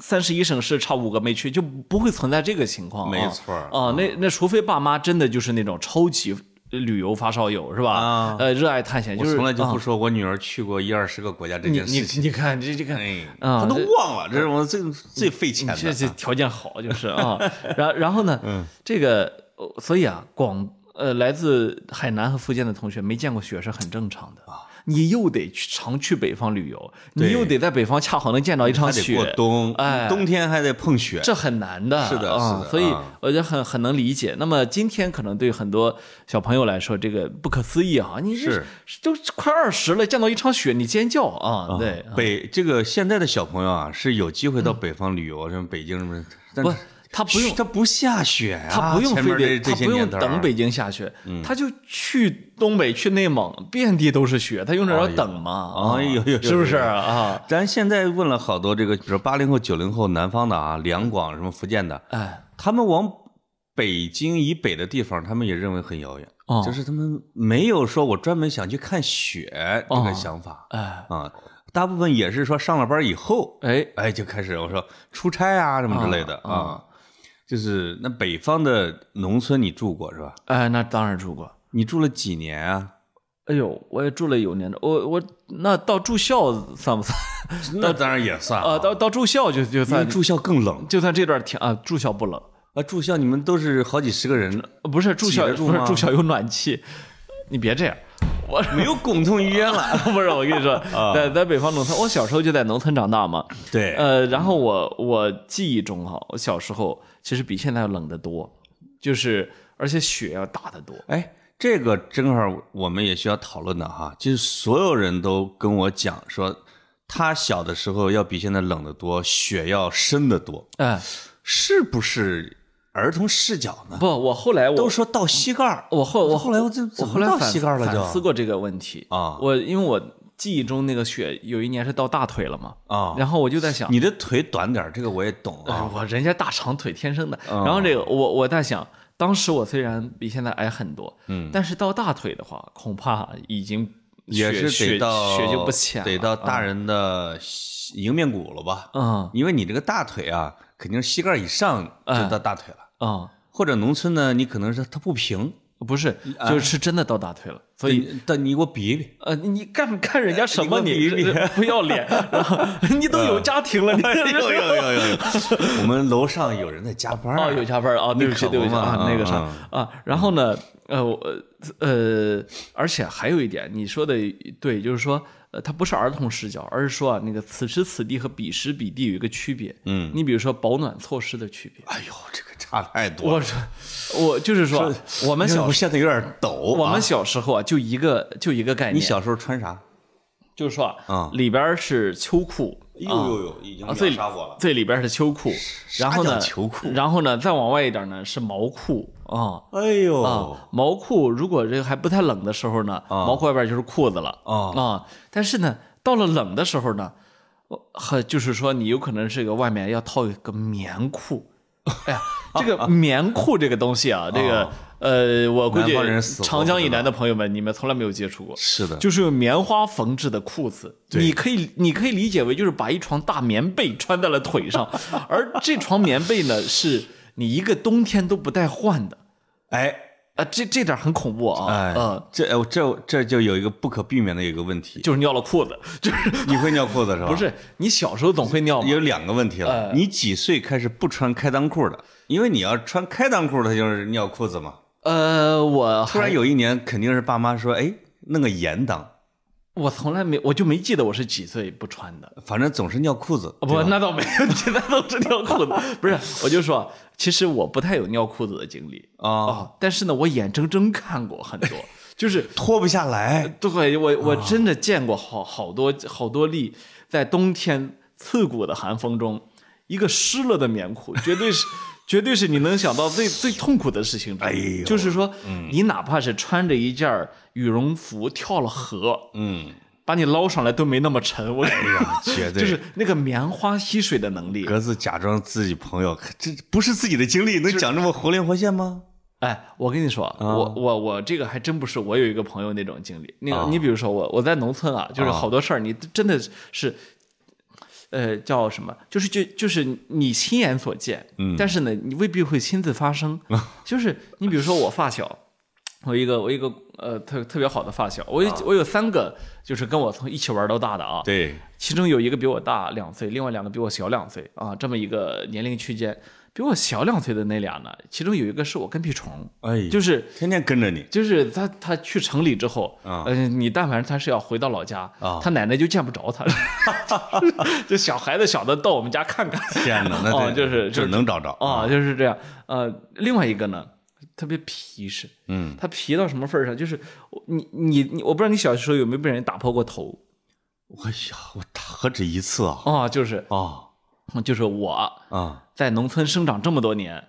Speaker 2: 三十一省市差五个没去，就不会存在这个情况、啊，
Speaker 1: 没错儿嗯
Speaker 2: 啊，那那除非爸妈真的就是那种超级旅游发烧友是吧？
Speaker 1: 啊
Speaker 2: 呃，热爱探险，
Speaker 1: 我
Speaker 2: 就是
Speaker 1: 从来就
Speaker 2: 啊
Speaker 1: 不说我女儿去过一二十个国家这
Speaker 2: 你
Speaker 1: 件
Speaker 2: 你
Speaker 1: 事情，
Speaker 2: 你看这这个。
Speaker 1: 哎，
Speaker 2: 啊
Speaker 1: 她都忘了，这是我最最费钱
Speaker 2: 这
Speaker 1: 的。
Speaker 2: 这嗯条件好就是啊， 然然后呢，
Speaker 1: 嗯
Speaker 2: 这个呃所以啊，广呃来自海南和福建的同学没见过雪是很正常的。你又得去常去北方旅游，
Speaker 1: 啊对
Speaker 2: 你又得在北方恰好能见到一场
Speaker 1: 还得
Speaker 2: 雪
Speaker 1: 过，冬，
Speaker 2: 哎
Speaker 1: 冬天还得碰雪。
Speaker 2: 这很难的，
Speaker 1: 是的
Speaker 2: 啊
Speaker 1: 是的
Speaker 2: 所以
Speaker 1: 啊
Speaker 2: 我觉得很很能理解。那么今天可能对很多小朋友来说，这个不可思议啊！你这
Speaker 1: 是
Speaker 2: 都快二十了，见到一场雪你尖叫啊！对，啊
Speaker 1: 北这个现在的小朋友啊，是有机会到北方旅游，什么北京什么，但
Speaker 2: 嗯不
Speaker 1: 是，
Speaker 2: 他不用
Speaker 1: 嘘它不下雪呀、
Speaker 2: 他不用
Speaker 1: 前
Speaker 2: 非
Speaker 1: 面
Speaker 2: 得
Speaker 1: 这
Speaker 2: 他
Speaker 1: 这些
Speaker 2: 不用
Speaker 1: 年头儿啊嗯
Speaker 2: 等北京下雪，他就去东北去内蒙，遍地都是雪，他用得着等吗？
Speaker 1: 哎呦
Speaker 2: 啊
Speaker 1: 哎呦
Speaker 2: 是不是啊？
Speaker 1: 咱现在问了好多这个，比如八零后、九零后南方的啊，两广什么福建的，
Speaker 2: 哎，
Speaker 1: 他们往北京以北的地方，他们也认为很遥远，
Speaker 2: 哦
Speaker 1: 就是他们没有说我专门想去看雪
Speaker 2: 哦
Speaker 1: 这个想法，
Speaker 2: 哎，
Speaker 1: 啊、大部分也是说上了班以后，
Speaker 2: 哎，
Speaker 1: 哎，就开始我说出差啊什么之类的啊
Speaker 2: 啊啊
Speaker 1: 就是那北方的农村你住过是吧？
Speaker 2: 哎，那当然住过。
Speaker 1: 你住了几年啊？
Speaker 2: 哎呦，我也住了有年的，我我那到住校算不算？
Speaker 1: 那当然也算
Speaker 2: 啊，到到住校就就
Speaker 1: 因为
Speaker 2: 算
Speaker 1: 住校更冷
Speaker 2: 就算这段挺啊，住校不冷，
Speaker 1: 啊，住校你们都是好几十个人，
Speaker 2: 呃不是住校
Speaker 1: 挤得住
Speaker 2: 不是
Speaker 1: 吗
Speaker 2: 住校有暖气， 你别 这样，我
Speaker 1: 没有共同语言了。
Speaker 2: 不是我跟你说，在在北方农村，我小时候就在农村长大 嘛，
Speaker 1: 对，
Speaker 2: 呃，然后我我记忆中哈，我小时候其实比现在要冷得多，就是而且雪要大得多。
Speaker 1: 哎，这个正好我们也需要讨论的哈，就是所有人都跟我讲说，他小的时候要比现在冷得多，雪要深得多，
Speaker 2: 哎，
Speaker 1: 是不是儿童视角呢？
Speaker 2: 不，我后来我
Speaker 1: 都说到膝盖儿，
Speaker 2: 我后我
Speaker 1: 后来我这怎
Speaker 2: 我
Speaker 1: 么
Speaker 2: 后来
Speaker 1: 到
Speaker 2: 反
Speaker 1: 膝盖儿了就
Speaker 2: 反思过这个问题
Speaker 1: 啊
Speaker 2: 我因为我记忆中那个雪有一年是到大腿了嘛，
Speaker 1: 啊，
Speaker 2: 然后我就在想，哎
Speaker 1: 你的腿短点儿，这个我也懂啊。
Speaker 2: 我人家大长腿天生的。然后这个我我在想，当时我虽然比现在矮很多，嗯，但是到大腿的话，恐怕已经
Speaker 1: 也
Speaker 2: 雪
Speaker 1: 是得
Speaker 2: 雪
Speaker 1: 到
Speaker 2: 雪就不浅了，啊
Speaker 1: 得到大人的膝迎面骨了吧？
Speaker 2: 嗯
Speaker 1: 因为你这个大腿啊，肯定是膝盖以上就到大腿了，
Speaker 2: 嗯
Speaker 1: 或者农村呢，你可能是它不平，
Speaker 2: 不是，
Speaker 1: 啊
Speaker 2: 就是真的到大腿了，所以
Speaker 1: 你但你给我比一比，
Speaker 2: 呃，你干干人家什么
Speaker 1: 你
Speaker 2: 你
Speaker 1: 给我比一比
Speaker 2: 是不 要脸，然后你都 有家庭了，你
Speaker 1: 有有有有有， 我们楼上有人在加班
Speaker 2: 哦，
Speaker 1: 啊，
Speaker 2: 有加班儿啊，对不起，
Speaker 1: 可
Speaker 2: 对不起
Speaker 1: 不嘛
Speaker 2: 啊，
Speaker 1: 嗯
Speaker 2: 那个啥啊，然后呢，呃，我呃，而且还有一点，你说的对，就是说，呃，它不是儿童视角，而是说啊，那个此时此地和彼时彼地有一个区别。
Speaker 1: 嗯，
Speaker 2: 你比如说保暖措施的区别，
Speaker 1: 哎呦，这个差太多了。
Speaker 2: 我说，我就是说，啊我们小
Speaker 1: 我现在有点抖啊。
Speaker 2: 我们小时候啊，就一个就一个概
Speaker 1: 你
Speaker 2: 念，
Speaker 1: 小时候穿啥？
Speaker 2: 就是说啊
Speaker 1: 啊，
Speaker 2: 里边儿是秋裤，
Speaker 1: 哎呦呦呦，已经
Speaker 2: 啊，最
Speaker 1: 秒杀我了。
Speaker 2: 最里边是秋裤，然后呢，
Speaker 1: 叫秋裤
Speaker 2: 然后呢，再往外一点呢是毛裤啊
Speaker 1: 哎呦，
Speaker 2: 啊，毛裤如果这个还不太冷的时候呢，
Speaker 1: 哦
Speaker 2: 毛裤外边就是裤子了
Speaker 1: 啊
Speaker 2: 啊，但是呢，到了冷的时候呢，我和就是说你有可能这个外面要套一个 棉裤，哎呀，这个棉裤这个东西啊，这个呃，我估计
Speaker 1: 哦南方人死活
Speaker 2: 长江以
Speaker 1: 不知道
Speaker 2: 南的朋友们，你们从来没有接触过，
Speaker 1: 是的，
Speaker 2: 就是用棉花缝制的裤子，你可以你可以理解为就是把一床大棉被穿在了腿 上，而这床棉被呢是你一个冬天都不带换的
Speaker 1: 哎
Speaker 2: 啊，这这点很恐怖啊，
Speaker 1: 哎
Speaker 2: 呃，，
Speaker 1: 这哎我这这就有一个不可避免的一个问题，
Speaker 2: 就是尿了裤子， 就是
Speaker 1: 你会尿裤子是吧？
Speaker 2: 不，是哎你小时候总会尿吗？
Speaker 1: 有两个问题了。你几岁开始不穿开裆裤的？因为你要穿开裆裤，它就是尿裤子嘛。
Speaker 2: 呃，我
Speaker 1: 突然有一年，肯定是爸妈说，哎，弄个严裆，
Speaker 2: 我从来没我就没记得我是几岁不穿的。
Speaker 1: 反正总是尿裤子。
Speaker 2: 啊啊不，那倒没 有，那都是尿 裤子。不是，我就说，其实我不太有尿裤子的经历
Speaker 1: 啊，
Speaker 2: 哦，但是呢，我眼睁睁看过很 多，就是
Speaker 1: 脱不下来。
Speaker 2: 对我我
Speaker 1: 啊
Speaker 2: 真的见过好好多好多例，在冬天刺骨的寒风中，一个湿了的棉裤，绝对是 绝对是你能想到最最痛苦的事情之一。
Speaker 1: 哎呦
Speaker 2: 就是说，你哪怕是穿着一件儿羽绒服跳了河，
Speaker 1: 嗯，
Speaker 2: 把你捞上来都没那么沉。我跟你说，
Speaker 1: 绝哎对
Speaker 2: 就是那个棉花吸水的能力。
Speaker 1: 格子假装自己朋友，这不是自己的经历，能讲这么活灵活现吗？
Speaker 2: 哎，我跟你说，我我我这个还真不是我有一个朋友那种经历。那个，你比如说我我在农村啊，就是好多事儿，你真的是，呃，叫什么？就是就就是你亲眼所见，但是呢，你未必会亲自发生。就是你比如说我发小，我一个我一个呃特特别好的发小，我有我有三个就是跟我从一起玩到大的啊，
Speaker 1: 对，
Speaker 2: 其中有一个比我大两岁，另外两个比我小两岁啊，这么一个年龄区间。比我小两岁的那俩呢，其中有一个是我跟屁虫，
Speaker 1: 哎，
Speaker 2: 就是是
Speaker 1: 天天跟着你，
Speaker 2: 就是他他去城里之后，
Speaker 1: 啊
Speaker 2: 呃，你但凡他是要回到老家，
Speaker 1: 啊
Speaker 2: 他奶奶就见不着他， 就小孩子小的到我们家看看
Speaker 1: 天哪，那
Speaker 2: 哦
Speaker 1: 得
Speaker 2: 就是就
Speaker 1: 这
Speaker 2: 是
Speaker 1: 能找着
Speaker 2: 啊，就是这样。呃，另外一个呢，特别皮实，
Speaker 1: 嗯，
Speaker 2: 他皮到什么份儿上？就是我你你你，我不知道你小时候有没有被人打破过头
Speaker 1: 哎呀，我打何止一次啊！
Speaker 2: 啊、就是
Speaker 1: 啊
Speaker 2: 就是我
Speaker 1: 啊，
Speaker 2: 在农村生长这么多年，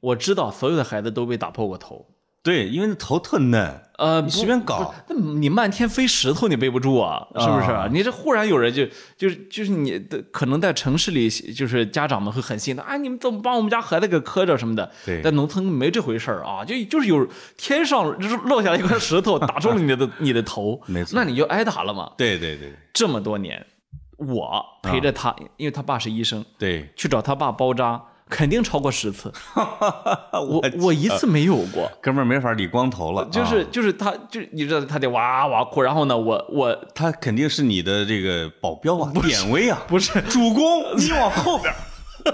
Speaker 2: 我知道所有的孩子都被打破过头。
Speaker 1: 对，因为那头特嫩，
Speaker 2: 呃，
Speaker 1: 你
Speaker 2: 不
Speaker 1: 随便搞，
Speaker 2: 那你漫天飞石头，你背不住啊，是不是？你这忽然有人就就是就是你的，可能在城市里，就是家长们会很心疼啊，你们怎么把我们家孩子给磕着什么的？
Speaker 1: 对
Speaker 2: 在农村没这回事儿啊，就就是有天上就是落下来一块石头，打中了 你的你的头，
Speaker 1: 没错
Speaker 2: 那你就挨打了嘛。
Speaker 1: 对对对
Speaker 2: 这么多年，我陪
Speaker 1: 啊
Speaker 2: 着他，因为他爸是医生，
Speaker 1: 对，
Speaker 2: 去找他爸包扎，肯定超过十次，啊 我我一次没有过。
Speaker 1: 哎哥们儿没法理光头了，
Speaker 2: 就
Speaker 1: 啊
Speaker 2: 是就是他，就是你知道他得哇哇哭，然后呢，我我
Speaker 1: 他肯定是你的这个保镖啊，典韦啊，
Speaker 2: 不是
Speaker 1: 主公， 你往后 边儿，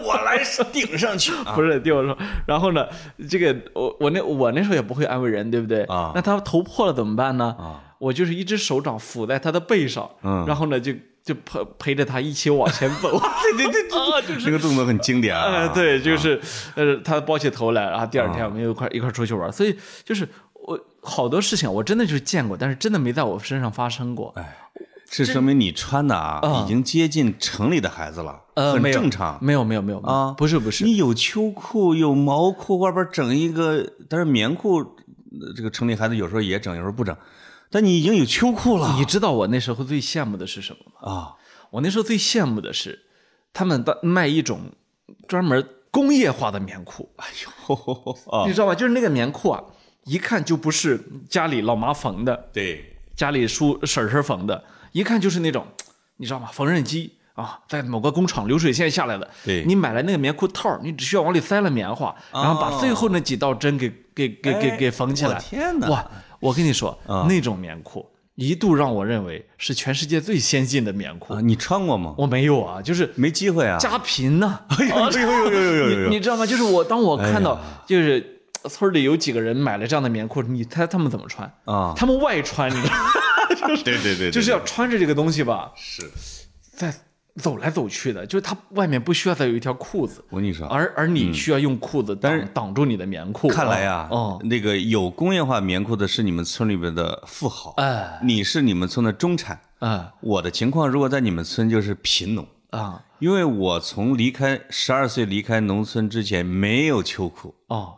Speaker 1: 我来顶上去啊，
Speaker 2: 不是听我说，然后呢，这个我我那我那时候也不会安慰人，对不对？
Speaker 1: 啊
Speaker 2: 那他头破了怎么办呢？
Speaker 1: 啊，
Speaker 2: 我就是一只手掌抚在他的背上，
Speaker 1: 嗯
Speaker 2: 然后呢就就陪陪着他一起往前 走，对对对啊，就是。
Speaker 1: 这个动作很经典
Speaker 2: 哎，
Speaker 1: 啊，
Speaker 2: 对，就是，呃，他包起头来，然后第二天我们又一块一块出去玩，所以就是我好多事情我真的就是见过，但是真的没在我身上发生过。
Speaker 1: 这说明你穿的啊，已经接近城里的孩子了，
Speaker 2: 嗯呃，
Speaker 1: 很
Speaker 2: 没有
Speaker 1: 正常。
Speaker 2: 没有没有没有
Speaker 1: 啊
Speaker 2: 不是不是，
Speaker 1: 你有秋裤，有毛裤，外边整一个，但是棉裤，呃这个城里孩子有时候也整，有时候不整。但你已经有秋裤了
Speaker 2: 你知道我那时候最羡慕的是什么吗？
Speaker 1: 啊！
Speaker 2: 我那时候最羡慕的是，他们当卖一种专门工业化的棉裤，
Speaker 1: 哎呦啊，
Speaker 2: 你知道吧？就是那个棉裤啊，一看就不是家里老妈缝的，
Speaker 1: 对，
Speaker 2: 家里叔婶婶缝的，一看就是那种，你知道吗？缝纫机啊，在某个工厂流水线下来的，
Speaker 1: 对啊
Speaker 2: 你买来那个棉裤套，你只需要往里塞了棉花，然后把最后那几道针给给给给给缝起
Speaker 1: 哎我
Speaker 2: 来。
Speaker 1: 天哪！啊
Speaker 2: 哇，我跟你说，那种棉裤一度让我认为是全世界最先进的棉裤
Speaker 1: 啊，。你穿过吗？
Speaker 2: 我没有啊，就是
Speaker 1: 没机会啊！
Speaker 2: 家贫呐、
Speaker 1: 哎呦呦呦呦呦呦
Speaker 2: 你
Speaker 1: 呦！
Speaker 2: 你知道吗？就是我当我看
Speaker 1: 哎
Speaker 2: 到就是呃村里有几个人买了这样的棉裤，你猜他们怎么穿？
Speaker 1: 啊，
Speaker 2: 他们外穿，你知道吗，
Speaker 1: 对对对，
Speaker 2: 就是要穿着这个东西吧，
Speaker 1: 是。
Speaker 2: 在走来走去的，就是它外面不需要再有一条裤子，
Speaker 1: 我跟你说，啊
Speaker 2: 而而你需要用裤子挡挡住你的棉裤。
Speaker 1: 嗯看来呀，
Speaker 2: 哦，
Speaker 1: 那个有工业化棉裤的是你们村里边的富豪，
Speaker 2: 哎
Speaker 1: 你是你们村的中产。
Speaker 2: 啊
Speaker 1: 我的情况如果在你们村就是贫农，
Speaker 2: 啊
Speaker 1: 因为我从离开十二岁离开农村之前没有秋裤，
Speaker 2: 哦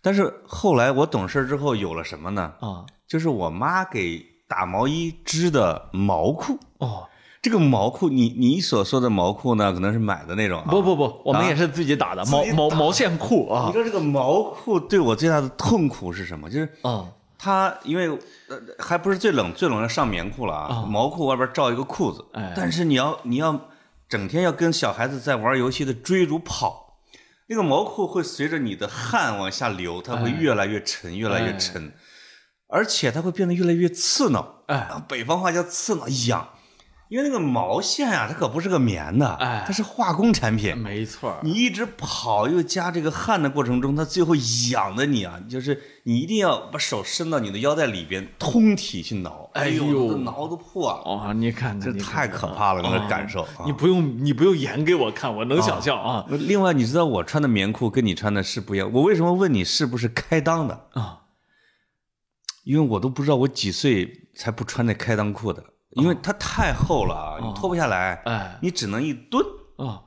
Speaker 1: 但是后来我懂事之后有了什么呢？
Speaker 2: 啊
Speaker 1: 就是我妈给打毛衣织的毛裤。
Speaker 2: 哦，
Speaker 1: 这个毛裤，你你所说的毛裤呢，可能是买的那种啊。
Speaker 2: 不不不，我们也是自己打的毛毛毛线裤
Speaker 1: 你
Speaker 2: 啊
Speaker 1: 知道这个毛裤对我最大的痛苦是什么？就是
Speaker 2: 啊
Speaker 1: 它因为呃还不是最冷，最冷要上棉裤了啊，毛裤外边罩一个裤子，
Speaker 2: 哎
Speaker 1: 但是你要你要整天要跟小孩子在玩游戏的追逐跑，那个毛裤会随着你的汗往下流，它会越来越沉，越来越沉，而且它会变得越来越刺挠，
Speaker 2: 哎
Speaker 1: 啊，北方话叫刺挠痒，因为那个毛线啊，它可不是个棉的，
Speaker 2: 哎
Speaker 1: 它是化工产品，
Speaker 2: 没错儿，
Speaker 1: 你一直跑又加这个汗的过程中，它最后痒的你啊，就是你一定要把手伸到你的腰带里边，通体去挠，
Speaker 2: 哎
Speaker 1: 哎
Speaker 2: 呦
Speaker 1: 呦，都挠的破了，
Speaker 2: 哦，你看看，
Speaker 1: 这
Speaker 2: 你看
Speaker 1: 太
Speaker 2: 看
Speaker 1: 可怕了，那
Speaker 2: 哦
Speaker 1: 个感受。啊
Speaker 2: 你不用你不用演给我看，我能想象啊
Speaker 1: 另外，你知道我穿的棉裤跟你穿的是不一样，我为什么问你是不是开裆的？
Speaker 2: 啊
Speaker 1: 因为我都不知道我几岁才不穿那开裆裤的，因为它太厚了
Speaker 2: 哦
Speaker 1: 啊，你脱不下来，
Speaker 2: 哎
Speaker 1: 你只能一蹲。
Speaker 2: 啊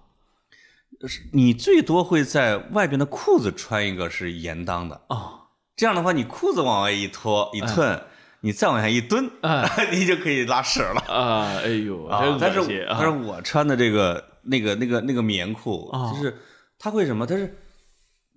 Speaker 1: 你最多会在外边的裤子穿一个是沿裆的，
Speaker 2: 啊
Speaker 1: 这样的话，你裤子往外一脱一褪，
Speaker 2: 嗯
Speaker 1: 你再往下一蹲， 你就可以拉屎了。
Speaker 2: 哎啊！哎呦，
Speaker 1: 啊
Speaker 2: 真，
Speaker 1: 但
Speaker 2: 恶心
Speaker 1: 是但
Speaker 2: 啊
Speaker 1: 是我穿的这个那个那个那个棉裤，
Speaker 2: 啊
Speaker 1: 就是它会什么？它是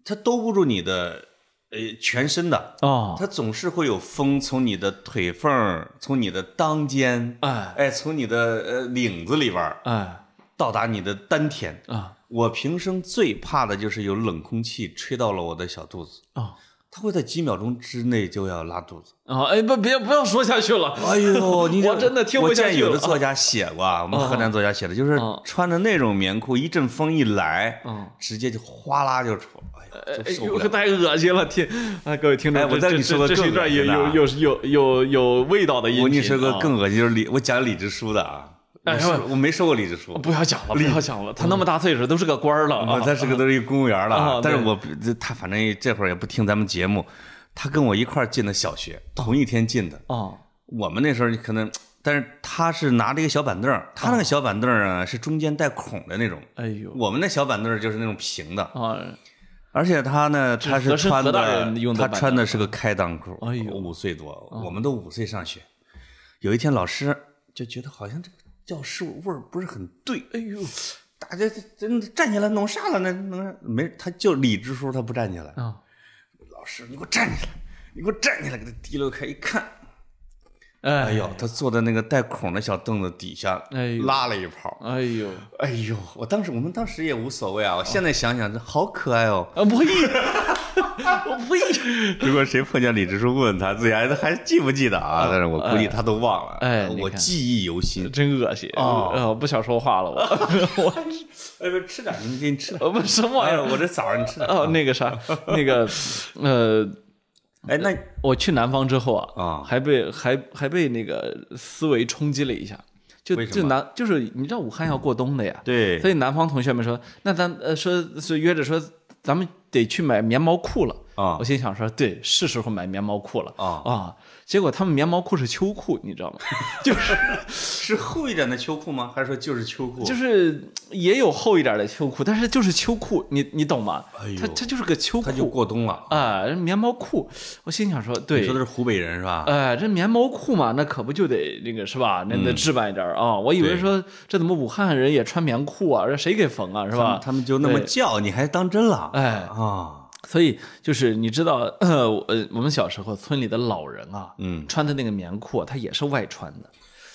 Speaker 1: 它兜不住你的呃全身的，
Speaker 2: 哦
Speaker 1: 它总是会有风从你的腿缝儿，从你的裆间，
Speaker 2: 哎
Speaker 1: 哎，从你的呃领子里边儿
Speaker 2: 哎
Speaker 1: 到达你的丹田。
Speaker 2: 啊
Speaker 1: 我平生最怕的就是有冷空气吹到了我的小肚子，
Speaker 2: 啊
Speaker 1: 它会在几秒钟之内就要拉肚子。
Speaker 2: 啊！哎，不别不要说下去了，
Speaker 1: 哎 呦，你这
Speaker 2: 我真的听不
Speaker 1: 我
Speaker 2: 下去了
Speaker 1: 见有的作家写过，啊，我们河南作家写的，就是
Speaker 2: 嗯
Speaker 1: 穿着那种棉裤，一阵风一来，
Speaker 2: 嗯
Speaker 1: 直接就哗啦就出，哎呀，
Speaker 2: 哎
Speaker 1: 就受不
Speaker 2: 呦，
Speaker 1: 了。
Speaker 2: 太恶心了！天啊，各位听众，
Speaker 1: 哎
Speaker 2: 这
Speaker 1: 我再
Speaker 2: 这
Speaker 1: 给你说个
Speaker 2: 这这是一
Speaker 1: 更
Speaker 2: 段
Speaker 1: 恶
Speaker 2: 有
Speaker 1: 心的啊
Speaker 2: 有有有有有味道的音频。
Speaker 1: 我跟你说个
Speaker 2: 啊
Speaker 1: 更恶心，就是李，我讲李支书的啊，
Speaker 2: 哎
Speaker 1: 我是
Speaker 2: 哎
Speaker 1: 我没说过李支书，
Speaker 2: 不要讲了，不要讲了，他那么大岁数，都是个官儿了
Speaker 1: 我
Speaker 2: 啊
Speaker 1: 他是个都是一公务员了
Speaker 2: 啊
Speaker 1: 啊，但是
Speaker 2: 对
Speaker 1: 我这他反正这会儿也不听咱们节目，他跟我一块儿进的小学，同一天进的。
Speaker 2: 啊
Speaker 1: 我们那时候可能，但是他是拿着一个小板凳儿，他那个小板凳儿啊是中间带孔的那种，
Speaker 2: 哦哎呦
Speaker 1: 我们那小板凳儿就是那种平的，
Speaker 2: 啊！
Speaker 1: 而且他呢，他是
Speaker 2: 和珅
Speaker 1: 穿
Speaker 2: 和
Speaker 1: 的，
Speaker 2: 大人用的
Speaker 1: 他
Speaker 2: 板
Speaker 1: 穿的是个开裆裤。
Speaker 2: 哎呦
Speaker 1: 五岁多，我们都五岁上学。有一天，老师就觉得好像这个教室味儿不是很对，
Speaker 2: 哎呦
Speaker 1: 大家真的站起来弄啥了呢？能没？他就李支书，他不站起来。
Speaker 2: 啊！
Speaker 1: 老师，你给我站起来！你给我站起来！给他提溜开一看，哎
Speaker 2: 哎
Speaker 1: 呦，他坐在那个带孔的小凳子底下，
Speaker 2: 哎呦
Speaker 1: 拉了一泡。
Speaker 2: 哎呦
Speaker 1: 哎呦，我当时我们当时也无所谓啊，我现在想想，这好可爱哦。
Speaker 2: 啊！呸！我呸！
Speaker 1: 如果谁碰见李支书问他自己还还记不记得啊？但是我估计他都忘了。呃
Speaker 2: 哎你
Speaker 1: 我
Speaker 2: 看
Speaker 1: 记忆犹新。
Speaker 2: 真恶心
Speaker 1: 哦
Speaker 2: 呃，不想说话了，我我
Speaker 1: 哎，不是吃点，你给你吃点。
Speaker 2: 我呃什么 玩
Speaker 1: 哎啊
Speaker 2: 意
Speaker 1: 呀，
Speaker 2: 儿？
Speaker 1: 我这枣儿你吃 点。
Speaker 2: 哦，那个啥，那个呃，
Speaker 1: 哎，那
Speaker 2: 我去南方之后啊，
Speaker 1: 啊
Speaker 2: 还被还还被那个思维冲击了一下，就
Speaker 1: 为什么
Speaker 2: 就南就是你知道武汉要过冬的呀，
Speaker 1: 对
Speaker 2: 所以南方同学们说，那咱呃说是约着说，咱们得去买棉毛裤了。
Speaker 1: 啊
Speaker 2: 我心想说，对，是时候买棉毛裤了
Speaker 1: 啊
Speaker 2: 啊！结果他们棉毛裤是秋裤，你知道吗？就是
Speaker 1: 是厚一点的秋裤吗？还是说就是秋裤？
Speaker 2: 就是也有厚一点的秋裤，但是就是秋裤，你你懂吗？
Speaker 1: 哎呦
Speaker 2: 它它就是个秋
Speaker 1: 他就
Speaker 2: 裤
Speaker 1: 过冬了。
Speaker 2: 啊，棉毛裤。我心想说，对，
Speaker 1: 你说的是湖北人是吧？
Speaker 2: 哎，这棉毛裤嘛，那可不就得那个是吧？那那置办一点儿啊！我以为
Speaker 1: 嗯对
Speaker 2: 说这怎么武汉人也穿棉裤啊？这谁给缝啊？是
Speaker 1: 他们
Speaker 2: 吧？
Speaker 1: 他们就那么
Speaker 2: 对
Speaker 1: 叫，你还当真了？
Speaker 2: 哎，
Speaker 1: 啊，
Speaker 2: 所以就是你知道，呃，我呃我们小时候村里的老人啊，
Speaker 1: 嗯
Speaker 2: 穿的那个棉裤啊，他也是外穿的，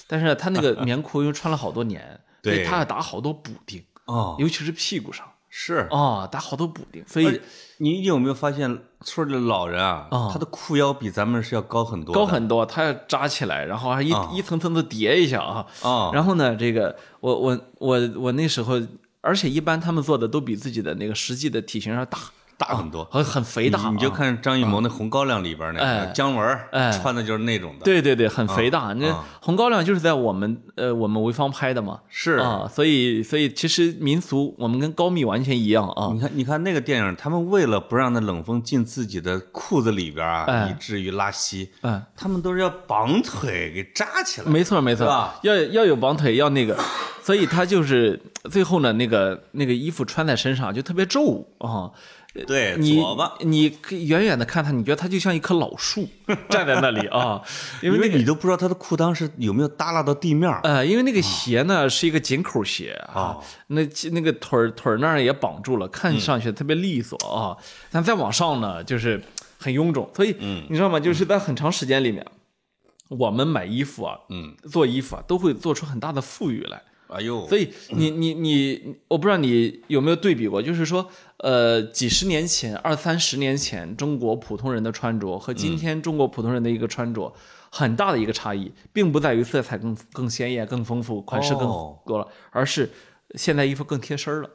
Speaker 2: 但是他那个棉裤因为穿了好多年，所以
Speaker 1: 对
Speaker 2: 他要打好多补丁，
Speaker 1: 哦，
Speaker 2: 尤其是屁股上
Speaker 1: 是。
Speaker 2: 啊，打好多补丁。所以
Speaker 1: 你有没有发现村里的老人啊，
Speaker 2: 啊
Speaker 1: 他的裤腰比咱们是要高很多的，
Speaker 2: 高很多，他要扎起来，然后还一
Speaker 1: 啊
Speaker 2: 一层层的叠一下啊。
Speaker 1: 啊，
Speaker 2: 然后呢，这个我我我我那时候，而且一般他们做的都比自己的那个实际的体型要大，
Speaker 1: 大啊很多。
Speaker 2: 很很肥大。
Speaker 1: 你就，看张艺谋那《红高粱》里边那
Speaker 2: 啊嗯哎
Speaker 1: 个姜文儿
Speaker 2: 哎
Speaker 1: 穿的就是那种的，，
Speaker 2: 对对对，很肥大。那
Speaker 1: 啊
Speaker 2: 红高粱就是在我们呃我们潍坊拍的嘛，
Speaker 1: 是。
Speaker 2: 啊，所以所以其实民俗我们跟高密完全一样啊
Speaker 1: 你。看，你看那个电影，他们为了不让那冷风进自己的裤子里边啊，
Speaker 2: 哎
Speaker 1: 以至于拉稀，
Speaker 2: 嗯，
Speaker 1: 他们都是要绑腿给扎起来。
Speaker 2: 没错没错
Speaker 1: 是吧，
Speaker 2: 要要有绑腿，要那个，所以他就是最后呢，那个那个衣服穿在身上就特别皱啊。
Speaker 1: 对，
Speaker 2: 你
Speaker 1: 左吧，
Speaker 2: 你可以远远的看他，你觉得他就像一棵老树站在那里啊，
Speaker 1: 因
Speaker 2: 因为那
Speaker 1: 为
Speaker 2: 个
Speaker 1: 你都不知道他的裤裆是有没有耷拉到地面儿。
Speaker 2: 呃，因为那个鞋呢是一个紧口鞋啊
Speaker 1: 哦，
Speaker 2: 那那个腿儿腿儿那儿也绑住了，看上去特别利索啊，但再往上呢就是很臃肿，所以你知道吗？就是在很长时间里面，我们买衣服啊，
Speaker 1: 嗯，
Speaker 2: 做衣服啊，都会做出很大的富裕来。
Speaker 1: 哎呦，
Speaker 2: 所以你你你，我不知道你有没有对比过，就是说，呃，几十年前、二三十年前，中国普通人的穿着和
Speaker 1: 嗯
Speaker 2: 今天中国普通人的一个穿着，很大的一个差异，并不在于色彩更更鲜艳、更丰富、款式更
Speaker 1: 哦
Speaker 2: 多了，而是现在衣服更贴身儿了。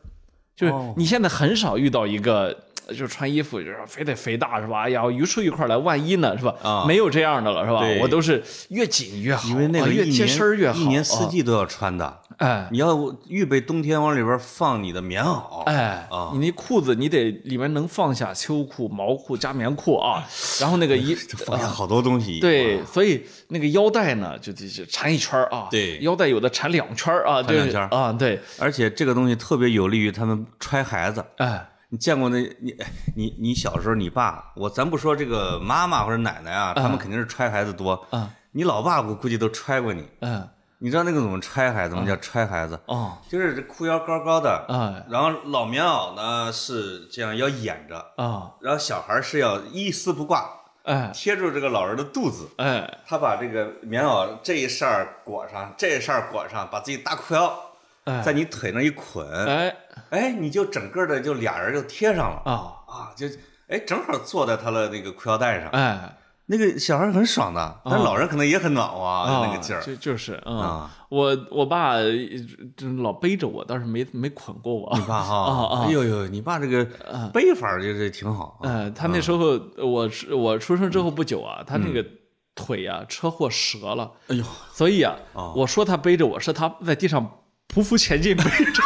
Speaker 2: 就是
Speaker 1: 哦
Speaker 2: 你现在很少遇到一个，呃就是穿衣服就是非得肥大是吧？哎呀，余出一块儿来，万一呢是吧？
Speaker 1: 啊
Speaker 2: 没有这样的了是吧
Speaker 1: 对？
Speaker 2: 我都是越紧越好，
Speaker 1: 因为那
Speaker 2: 啊
Speaker 1: 个
Speaker 2: 越
Speaker 1: 一
Speaker 2: 贴
Speaker 1: 年
Speaker 2: 身儿越好，
Speaker 1: 一年四
Speaker 2: 啊，
Speaker 1: 季都要穿的。
Speaker 2: 哎。
Speaker 1: 你要预备冬天往里边放你的棉袄，
Speaker 2: 哎
Speaker 1: 啊，
Speaker 2: 你那裤子你得里面能放下秋裤、毛裤加棉裤啊，然后 那个一
Speaker 1: 放下好多东西。
Speaker 2: 嗯对，所以那个腰带呢，就就就缠一圈儿啊，
Speaker 1: 对
Speaker 2: 腰带有的缠两圈儿啊，
Speaker 1: 缠两圈儿
Speaker 2: 就是啊，对，
Speaker 1: 而且这个东西特别有利于他们揣孩子。
Speaker 2: 哎，
Speaker 1: 你见过那你哎你你小时候你爸我咱不说这个妈妈或者奶奶啊，他们肯定是揣孩子多
Speaker 2: 啊。
Speaker 1: 你老爸我估计都揣过你，
Speaker 2: 嗯，
Speaker 1: 你知道那个怎么揣孩子
Speaker 2: 啊
Speaker 1: 吗？叫揣孩子，
Speaker 2: 哦，
Speaker 1: 就是这裤腰高高的，
Speaker 2: 哎，
Speaker 1: 然后老棉袄呢是这样要掩着，
Speaker 2: 啊，
Speaker 1: 然后小孩是要一丝不挂
Speaker 2: 哎，
Speaker 1: 贴住这个老人的肚子。
Speaker 2: 哎，
Speaker 1: 他把这个棉袄这一扇儿裹上，这一扇儿裹上，把自己大裤腰
Speaker 2: 哎
Speaker 1: 在你腿那一捆，
Speaker 2: 哎，
Speaker 1: 哎，你就整个的就俩人就贴上了
Speaker 2: 啊，
Speaker 1: 啊，就哎正好坐在他的那个裤腰带上，
Speaker 2: 哎，
Speaker 1: 那个小孩儿很爽的，但老人可能也很暖和啊，
Speaker 2: 啊
Speaker 1: 那个劲儿
Speaker 2: 就哦就是啊
Speaker 1: 啊，
Speaker 2: 我我爸呃就老背着我，倒是没没捆过我，
Speaker 1: 你爸
Speaker 2: 啊
Speaker 1: 哈，
Speaker 2: 啊
Speaker 1: 哎呦呦，你爸这个背法儿就是挺好啊，
Speaker 2: 嗯，他那时候我是我出生之后不久啊，他那个腿啊车祸折了，
Speaker 1: 哎呦，
Speaker 2: 所以啊
Speaker 1: 哦，
Speaker 2: 我说他背着我是他在地上匍匐前进背着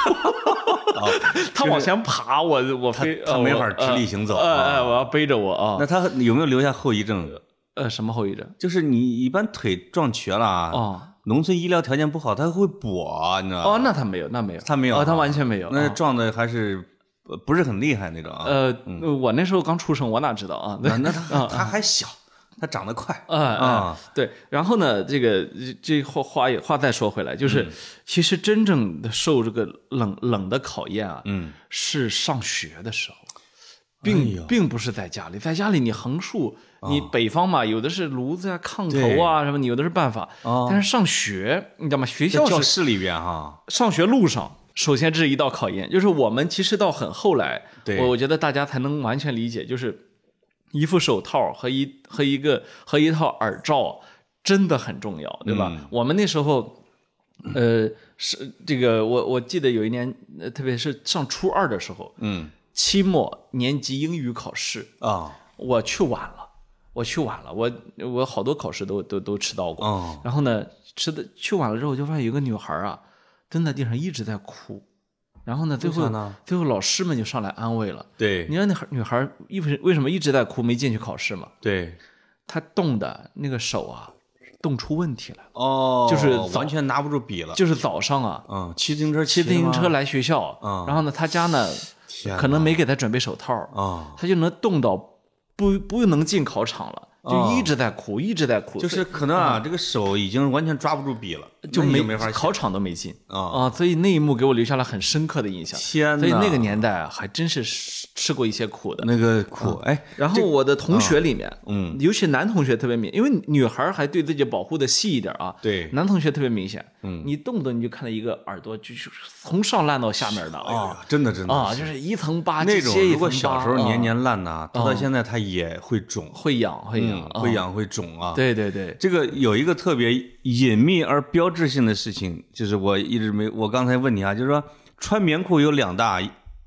Speaker 1: 啊
Speaker 2: 我， 他往前爬，我我
Speaker 1: 他
Speaker 2: 非
Speaker 1: 他没法直立行走
Speaker 2: 哎
Speaker 1: 啊
Speaker 2: 哎，我要背着我啊
Speaker 1: 那，他有没有留下后遗症？
Speaker 2: 呃，什么后遗症
Speaker 1: 就是你一般腿撞瘸了啊，
Speaker 2: 啊？
Speaker 1: 农村医疗条件不好，他会跛，你知道吗？
Speaker 2: 哦，那他没有，那没有，
Speaker 1: 他没有
Speaker 2: 哦
Speaker 1: 啊
Speaker 2: 他完全没有。
Speaker 1: 那
Speaker 2: 啊
Speaker 1: 撞的还是呃不是很厉害那种啊。
Speaker 2: 呃，我那时候刚出生，我哪知道啊？
Speaker 1: 那那 他他还小，他长得快
Speaker 2: 哎哎，
Speaker 1: 啊
Speaker 2: 对，然后呢，这个这话话也话再说回来，就是、
Speaker 1: 嗯
Speaker 2: 其实真正的受这个冷冷的考验啊，
Speaker 1: 嗯，
Speaker 2: 是上学的时候，并、
Speaker 1: 哎呦哦
Speaker 2: 并不是在家里，在家里你横竖你北方嘛，有的是炉子啊、炕头啊什么，你有的是办法，
Speaker 1: 哦
Speaker 2: 但是上学，你知道吗？学
Speaker 1: 在
Speaker 2: 校
Speaker 1: 教
Speaker 2: 是
Speaker 1: 室里边哈，
Speaker 2: 上学路上，首先这是一道考验，就是我们其实到很后来，
Speaker 1: 对
Speaker 2: 我我觉得大家才能完全理解，就是一副手套和一和一个和一套耳罩真的很重要，对吧？
Speaker 1: 嗯
Speaker 2: 我们那时候。呃，是这个，我我记得有一年，呃特别是上初二的时候，
Speaker 1: 嗯
Speaker 2: 期末年级英语考试，
Speaker 1: 啊
Speaker 2: 我去晚了，我去晚了，我我好多考试都都都迟到过，
Speaker 1: 哦
Speaker 2: 然后呢，吃的去晚了之后，我就发现有个女孩儿啊，蹲在地上一直在哭。然后呢，最
Speaker 1: 为
Speaker 2: 后
Speaker 1: 啥呢
Speaker 2: 最后老师们就上来安慰了。
Speaker 1: 对
Speaker 2: 你让那孩女孩儿一为为什么一直在哭，没进去考试嘛？
Speaker 1: 对
Speaker 2: 她冻的那个手啊，冻出问题来了。
Speaker 1: 哦，
Speaker 2: 就是
Speaker 1: 完全拿不住笔了。
Speaker 2: 就是早上啊，
Speaker 1: 嗯，骑自行车
Speaker 2: 骑自行车
Speaker 1: 了
Speaker 2: 来学校，
Speaker 1: 嗯
Speaker 2: 然后呢，她家呢
Speaker 1: 天
Speaker 2: 可能没给她准备手套儿，
Speaker 1: 啊，
Speaker 2: 她就能冻到不不能进
Speaker 1: 哦
Speaker 2: 考场了，就一直在哭，一直在哭。
Speaker 1: 就是可能啊，这个手已经完全抓不住笔了。
Speaker 2: 嗯就没
Speaker 1: 那你就没法写
Speaker 2: 考场都没进
Speaker 1: 啊
Speaker 2: 所以那一幕给我留下了很深刻的印象。
Speaker 1: 天
Speaker 2: 所以
Speaker 1: 哪
Speaker 2: 那个年代啊还真是吃吃过一些苦的。
Speaker 1: 那个啊苦，哎，
Speaker 2: 然后我的同学里面，嗯，尤其男同学特别明，因为女孩儿还对自己保护的细一点啊，
Speaker 1: 对
Speaker 2: 男同学特别明显，嗯，你动不动你就看到一个耳朵就是从上烂到下面的啊
Speaker 1: 啊，真的真的
Speaker 2: 啊，就是一层疤
Speaker 1: 那
Speaker 2: 接
Speaker 1: 种如
Speaker 2: 一层
Speaker 1: 果
Speaker 2: 疤，
Speaker 1: 小时候
Speaker 2: 啊
Speaker 1: 年年烂呐，它到现在它也会肿，
Speaker 2: 会痒嗯会痒
Speaker 1: 嗯，会痒会肿啊。
Speaker 2: 对对对，
Speaker 1: 这个有一个特别隐秘而标志性的事情，就是我一直没，我刚才问你啊，就是说穿棉裤有两大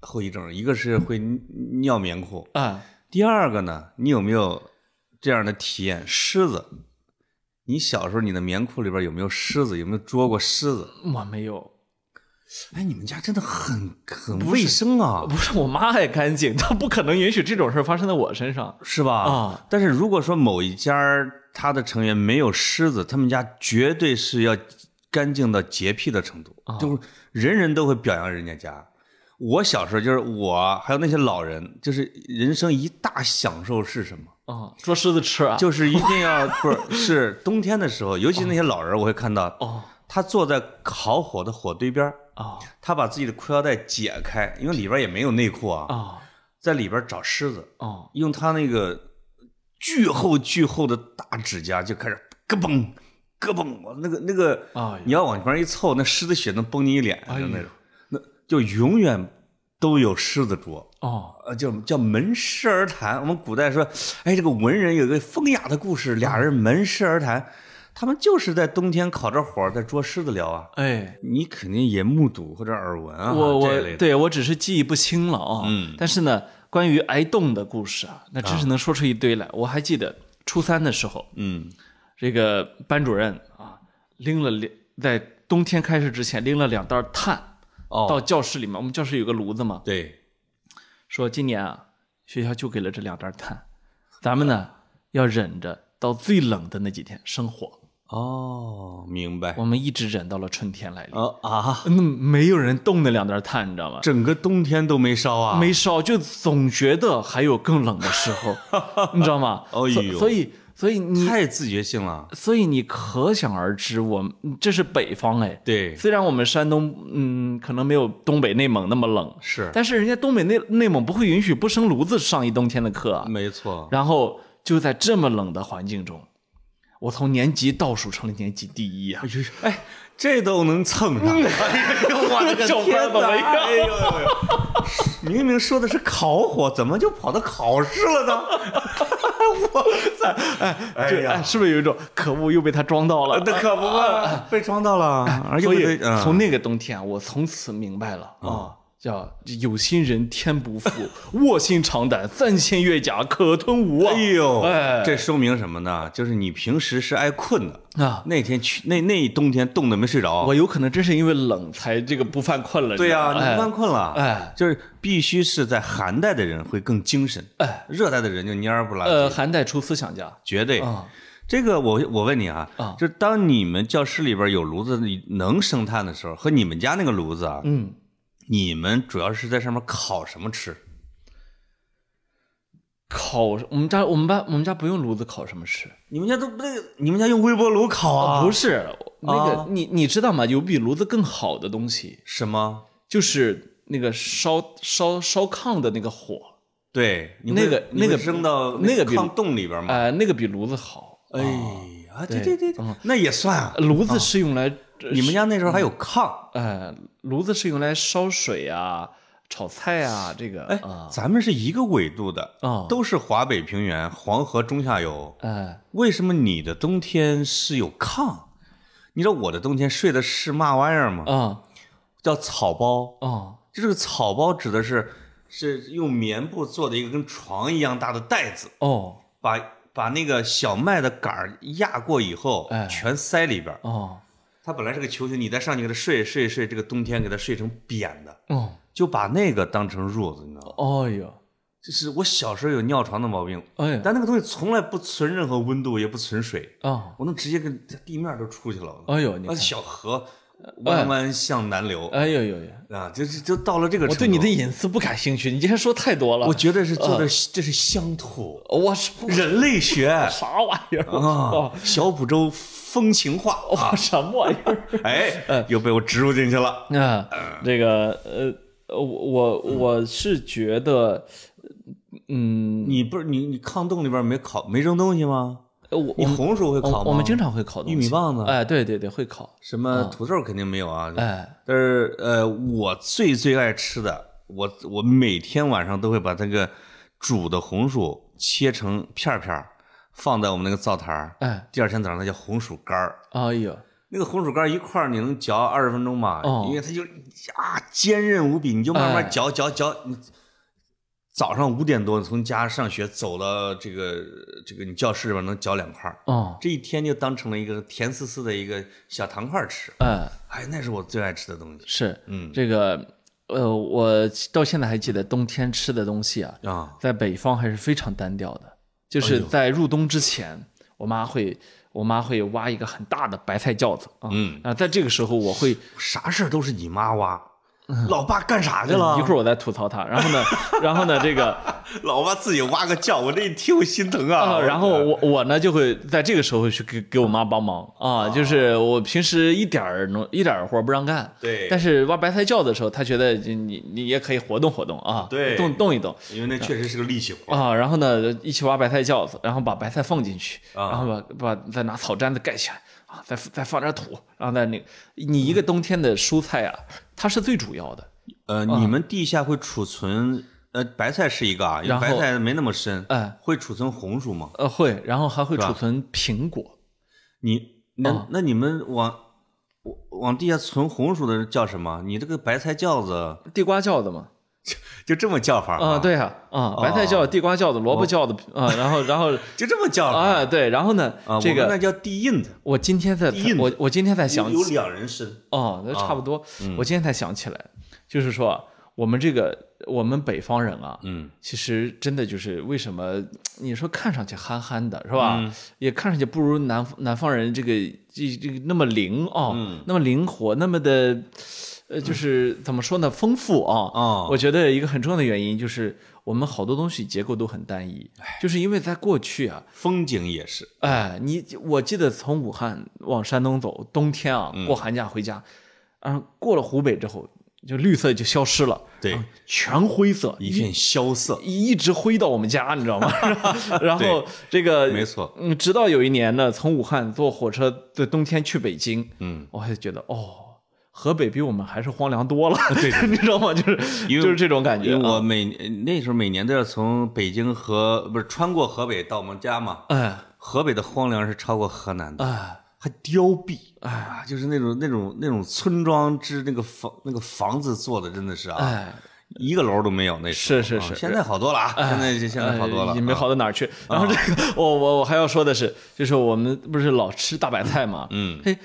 Speaker 1: 后遗症，一个是会尿棉裤，
Speaker 2: 啊，
Speaker 1: 第二个呢，你有没有这样的体验？虱子，你小时候你的棉裤里边有没有虱子？有没有捉过虱子？
Speaker 2: 我没有，
Speaker 1: 哎，你们家真的很很卫生啊，
Speaker 2: 不是我妈爱干净，她不可能允许这种事儿发生在我身上。
Speaker 1: 是吧？
Speaker 2: 啊
Speaker 1: 但是如果说某一家儿他的成员没有虱子，他们家绝对是要干净到洁癖的程度，
Speaker 2: 啊
Speaker 1: 就是人人都会表扬人家家。我小时候就是我，还有那些老人，就是人生一大享受是什么？
Speaker 2: 啊，捉狮子吃啊，
Speaker 1: 就是一定要不是是冬天的时候，尤其那些老人，我会看到，
Speaker 2: 哦
Speaker 1: 他坐在烤火的火堆边儿
Speaker 2: 啊
Speaker 1: 他把自己的裤腰带解开，因为里边也没有内裤啊，
Speaker 2: 啊
Speaker 1: 在里边找虱子，
Speaker 2: 啊
Speaker 1: 用他那个巨厚巨厚的大指甲就开始咯嘣咯嘣，我那个那个
Speaker 2: 哎呦
Speaker 1: 你要往旁边一凑，那虱子血能崩你一脸，啊
Speaker 2: 哎
Speaker 1: 就
Speaker 2: 呦
Speaker 1: 那种，那就永远都有虱子捉。
Speaker 2: 哦
Speaker 1: 呃，叫叫门市而谈。我们古代说，哎，这个文人有一个风雅的故事，俩人门市而谈，他们就是在冬天烤着火，在捉虱子聊啊。
Speaker 2: 哎。
Speaker 1: 你肯定也目睹或者耳闻啊，
Speaker 2: 我
Speaker 1: 这一类
Speaker 2: 我
Speaker 1: 的
Speaker 2: 对我只是记忆不清了啊、
Speaker 1: 嗯
Speaker 2: 但是呢，关于挨冻的故事啊，那真是能说出一堆来。我还记得初三的时候，
Speaker 1: 嗯
Speaker 2: 这个班主任啊，拎了两在冬天开始之前拎了两袋炭、到
Speaker 1: 哦，
Speaker 2: 教室里面，我们教室有个炉子嘛，
Speaker 1: 对，
Speaker 2: 说今年啊，学校就给了这两袋炭，咱们呢要忍着到最冷的那几天生火。
Speaker 1: 哦，明白。
Speaker 2: 我们一直忍到了春天来临，
Speaker 1: 哦啊，
Speaker 2: 那没有人动那两袋炭，你知道吗？
Speaker 1: 整个冬天都没烧啊，
Speaker 2: 没烧，就总觉得还有更冷的 时候，你知道吗？
Speaker 1: 哎呦
Speaker 2: 所所以所以你
Speaker 1: 太自觉性了。
Speaker 2: 所以你可想而知，我们这是北方哎，
Speaker 1: 对，
Speaker 2: 虽然我们山东嗯可能没有东北内蒙那么冷，
Speaker 1: 是，
Speaker 2: 但是人家东北内内蒙不会允许不生炉子上一冬天的课啊。
Speaker 1: 没错。
Speaker 2: 然后就在这么冷的环境中，我从年级倒数成了年级第一啊！
Speaker 1: 哎，这都能蹭上！
Speaker 2: 嗯
Speaker 1: 哎呦，我 的个
Speaker 2: 整
Speaker 1: 天
Speaker 2: 班
Speaker 1: 哪！
Speaker 2: 怎么样
Speaker 1: 哎呦呦呦！明明说的是烤火，怎么就跑到考试了呢？ 哎啊
Speaker 2: 这
Speaker 1: 呀呃
Speaker 2: 哎，是不是有一种可恶又被他装到了？
Speaker 1: 那可不嘛，被撞到了，而且
Speaker 2: 所以
Speaker 1: 被嗯哦
Speaker 2: 从那个冬天，啊我从此明白了啊，叫有心人天不负，卧薪尝胆，三千越甲可吞吴啊！
Speaker 1: 哎呦，
Speaker 2: 哎
Speaker 1: 这说明什么呢？就是你平时是爱困的，
Speaker 2: 啊，
Speaker 1: 那天去那那一冬天冻得没睡着。
Speaker 2: 我有可能真是因为冷才这个不犯困了。
Speaker 1: 对啊呀、
Speaker 2: 呀，
Speaker 1: 你不犯困了，
Speaker 2: 哎，
Speaker 1: 就是必须是在寒带的人会更精神，
Speaker 2: 哎，
Speaker 1: 热带的人就蔫儿不拉几，
Speaker 2: 呃，寒带出思想家
Speaker 1: 绝对。
Speaker 2: 啊，
Speaker 1: 这个我我问你啊，
Speaker 2: 啊
Speaker 1: 就是当你们教室里边有炉子你能生炭的时候，和你们家那个炉子啊，
Speaker 2: 嗯，
Speaker 1: 你们主要是在上面烤什么吃？
Speaker 2: 烤我们家我们班我们家不用炉子烤什么吃。
Speaker 1: 你们家都那个，你们家用微波炉烤啊？
Speaker 2: 哦不
Speaker 1: 是
Speaker 2: 是那个，
Speaker 1: 啊
Speaker 2: 你你知道吗？有比炉子更好的东西，
Speaker 1: 什么？
Speaker 2: 就是那个烧烧烧炕的那个火，
Speaker 1: 对，你会
Speaker 2: 那个
Speaker 1: 你会
Speaker 2: 那个
Speaker 1: 扔到
Speaker 2: 那个比
Speaker 1: 炕洞里边吗？
Speaker 2: 呃，那个比炉子好。
Speaker 1: 嗯
Speaker 2: 啊
Speaker 1: 哎呀，对对对，
Speaker 2: 嗯
Speaker 1: 对那也算啊。
Speaker 2: 炉子是用来、
Speaker 1: 你们家那时候还
Speaker 2: 嗯
Speaker 1: 有炕，
Speaker 2: 呃，炉子是用来烧水啊、炒菜啊，这个
Speaker 1: 哎
Speaker 2: 啊，，
Speaker 1: 咱们是一个纬度的
Speaker 2: 哦，
Speaker 1: 都是华北平原、黄河中下游。
Speaker 2: 呃，
Speaker 1: 为什么你的冬天是有炕？你知道我的冬天睡的是嘛玩意儿吗？
Speaker 2: 啊
Speaker 1: 叫草包。
Speaker 2: 啊
Speaker 1: 就这个草包指的是是用棉布做的一个跟床一样大的袋子，
Speaker 2: 哦
Speaker 1: 把把那个小麦的杆儿压过以后，
Speaker 2: 哎
Speaker 1: 全塞里边儿。
Speaker 2: 哦
Speaker 1: 它本来是个球形，你再上去给它睡睡睡，这个冬天给它睡成扁的，
Speaker 2: 哦
Speaker 1: 就把那个当成褥子，你知道吗？
Speaker 2: 哦哟，
Speaker 1: 就是我小时候有尿床的毛病，
Speaker 2: 哎呀，
Speaker 1: 但那个东西从来不存任何温度，也不存水，
Speaker 2: 哦
Speaker 1: 我能直接跟地面都出去了。
Speaker 2: 哎呦，你
Speaker 1: 那
Speaker 2: 看，
Speaker 1: 小河弯弯向南流
Speaker 2: 哎呦呦呦，
Speaker 1: 啊，就是就到了这个程
Speaker 2: 我
Speaker 1: 度。
Speaker 2: 对你的嗯隐私不感兴趣，你今天说太多了
Speaker 1: 我，觉得是做的，这是乡土
Speaker 2: 我是不
Speaker 1: 人类学啊
Speaker 2: 啥玩意儿
Speaker 1: 啊，小浦洲风情画啊，
Speaker 2: 哇，什么玩意儿？ 嗯
Speaker 1: 哎，又被我植入进去了。
Speaker 2: 啊，这个呃，呃我我
Speaker 1: 嗯
Speaker 2: 我是觉得，嗯，
Speaker 1: 你不是你你炕洞里边没烤没扔东西吗？
Speaker 2: 呃我
Speaker 1: 你
Speaker 2: 我
Speaker 1: 红薯会烤吗？
Speaker 2: 我我们经常会烤东
Speaker 1: 玉
Speaker 2: 西
Speaker 1: 米棒啊子，
Speaker 2: 哎，对对对，会烤，
Speaker 1: 什么土豆肯定没有啊。
Speaker 2: 哎，
Speaker 1: 但是呃，我最最爱吃的，我我每天晚上都会把这个煮的红薯切成片儿片儿，放在我们那个灶台儿。
Speaker 2: 哎，
Speaker 1: 第二天早上它叫红薯干儿。
Speaker 2: 哎呦，
Speaker 1: 那个红薯干儿一块儿你能嚼二十分钟吧？
Speaker 2: 哦
Speaker 1: 因为它就啊坚韧无比，你就慢
Speaker 2: 哎
Speaker 1: 慢嚼嚼嚼。你早上五点多从家上学走到这个这个你教室里边能嚼两块儿，
Speaker 2: 哦，
Speaker 1: 这一天就当成了一个甜丝丝的一个小糖块儿吃。
Speaker 2: 哎，
Speaker 1: 哎，那是我最爱吃的东西
Speaker 2: 是，
Speaker 1: 嗯
Speaker 2: 这个呃，我到现在还记得冬天吃的东西啊，
Speaker 1: 啊！
Speaker 2: 在北方还是非常单调的，就是
Speaker 1: 哎呦
Speaker 2: 在入冬之前，我妈会我妈会挖一个很大的白菜窖子啊，
Speaker 1: 嗯
Speaker 2: 啊，在这个时候我会
Speaker 1: 啥事儿都是你妈挖，老爸干啥去了？
Speaker 2: 嗯一会儿我再吐槽她，然后呢，然后呢，这个
Speaker 1: 老爸自己挖个窖，我这一听我心疼
Speaker 2: 啊，
Speaker 1: 啊。
Speaker 2: 然后我我呢就会在这个时候去给给我妈帮忙啊，就是我平时一点儿农一点儿活儿不让干，
Speaker 1: 对
Speaker 2: 但是挖白菜窖的时候，她觉得你你你也可以活动活动啊，
Speaker 1: 对
Speaker 2: 动动一动。
Speaker 1: 因为那确实是个力气活。
Speaker 2: 啊，然后呢，一起挖白菜窖子，然后把白菜放进去，
Speaker 1: 啊
Speaker 2: 然后把把再拿草毡子盖起来啊，再再放点土，然后再那个，你
Speaker 1: 嗯
Speaker 2: 一个冬天的蔬菜啊，它是最主要的，
Speaker 1: 呃，
Speaker 2: 啊
Speaker 1: 你们地下会储存呃白菜是一个啊，因
Speaker 2: 然
Speaker 1: 为
Speaker 2: 后
Speaker 1: 白菜没那么深，
Speaker 2: 哎
Speaker 1: 会储存红薯吗？
Speaker 2: 呃，会，然后还会
Speaker 1: 吧
Speaker 2: 储存苹果，
Speaker 1: 你那、
Speaker 2: 啊
Speaker 1: 那你们往往往地下存红薯的叫什么？你这个白菜窖子
Speaker 2: 地瓜窖子
Speaker 1: 啊
Speaker 2: 嘛，
Speaker 1: 就这么叫法
Speaker 2: 啊，
Speaker 1: 吗，
Speaker 2: 对呀，啊，白菜窖、地瓜窖子、萝
Speaker 1: 哦
Speaker 2: 卜窖子啊，然后然后
Speaker 1: 就这么 叫法
Speaker 2: 啊，对，然后呢
Speaker 1: 啊，，
Speaker 2: 这
Speaker 1: 我们那
Speaker 2: 个
Speaker 1: 叫地印子，
Speaker 2: 我今天在
Speaker 1: 地印
Speaker 2: 我我今天在想
Speaker 1: 有啊嗯有两人深。
Speaker 2: 哦，那差不多。我今天才想起来，就是说啊我们这个我们北方人啊，
Speaker 1: 嗯，
Speaker 2: 其实真的就是为什么你说看上去憨憨的是
Speaker 1: 嗯
Speaker 2: 吧？也看上去不如南南方人这个这这个那么灵啊、
Speaker 1: 嗯
Speaker 2: 那么灵活，那么的呃，就是怎么说呢，丰富啊。
Speaker 1: 哦
Speaker 2: 我觉得一个很重要的原因就是我们好多东西结构都很单一，就是因为在过去啊，
Speaker 1: 风景也是，
Speaker 2: 哎，你我记得从武汉往山东走，冬天啊，过寒假回家，嗯、过了湖北之后，就绿色就消失了，
Speaker 1: 对，
Speaker 2: 全灰色，
Speaker 1: 一片萧瑟。
Speaker 2: 一一直灰到我们家，你知道 吗？ 然后
Speaker 1: 对
Speaker 2: 这个
Speaker 1: 没错，
Speaker 2: 嗯，直到有一年呢，从武汉坐火车的冬天去北京，
Speaker 1: 嗯，
Speaker 2: 我还觉得哦。河北比我们还是荒凉多了，
Speaker 1: 对
Speaker 2: 你知道吗？就是
Speaker 1: 因为
Speaker 2: 就是这种感觉
Speaker 1: 因为
Speaker 2: 啊。
Speaker 1: 我每那时候每年都要从北京和不是穿过河北到我们家嘛，
Speaker 2: 哎
Speaker 1: 河北的荒凉是超过河南的，
Speaker 2: 哎
Speaker 1: 啊还凋敝啊，就是那种那种那种村庄之那个房那个房子做的真的是啊，
Speaker 2: 哎，
Speaker 1: 一个楼都没有那时候
Speaker 2: 是是是
Speaker 1: 啊现在好多了啊，哎现在现在好多了啊
Speaker 2: 也，呃没好到哪儿去。然后这个，我我我还要说的是，就是我们不是老吃大白菜嘛，
Speaker 1: 嗯，
Speaker 2: 嘿，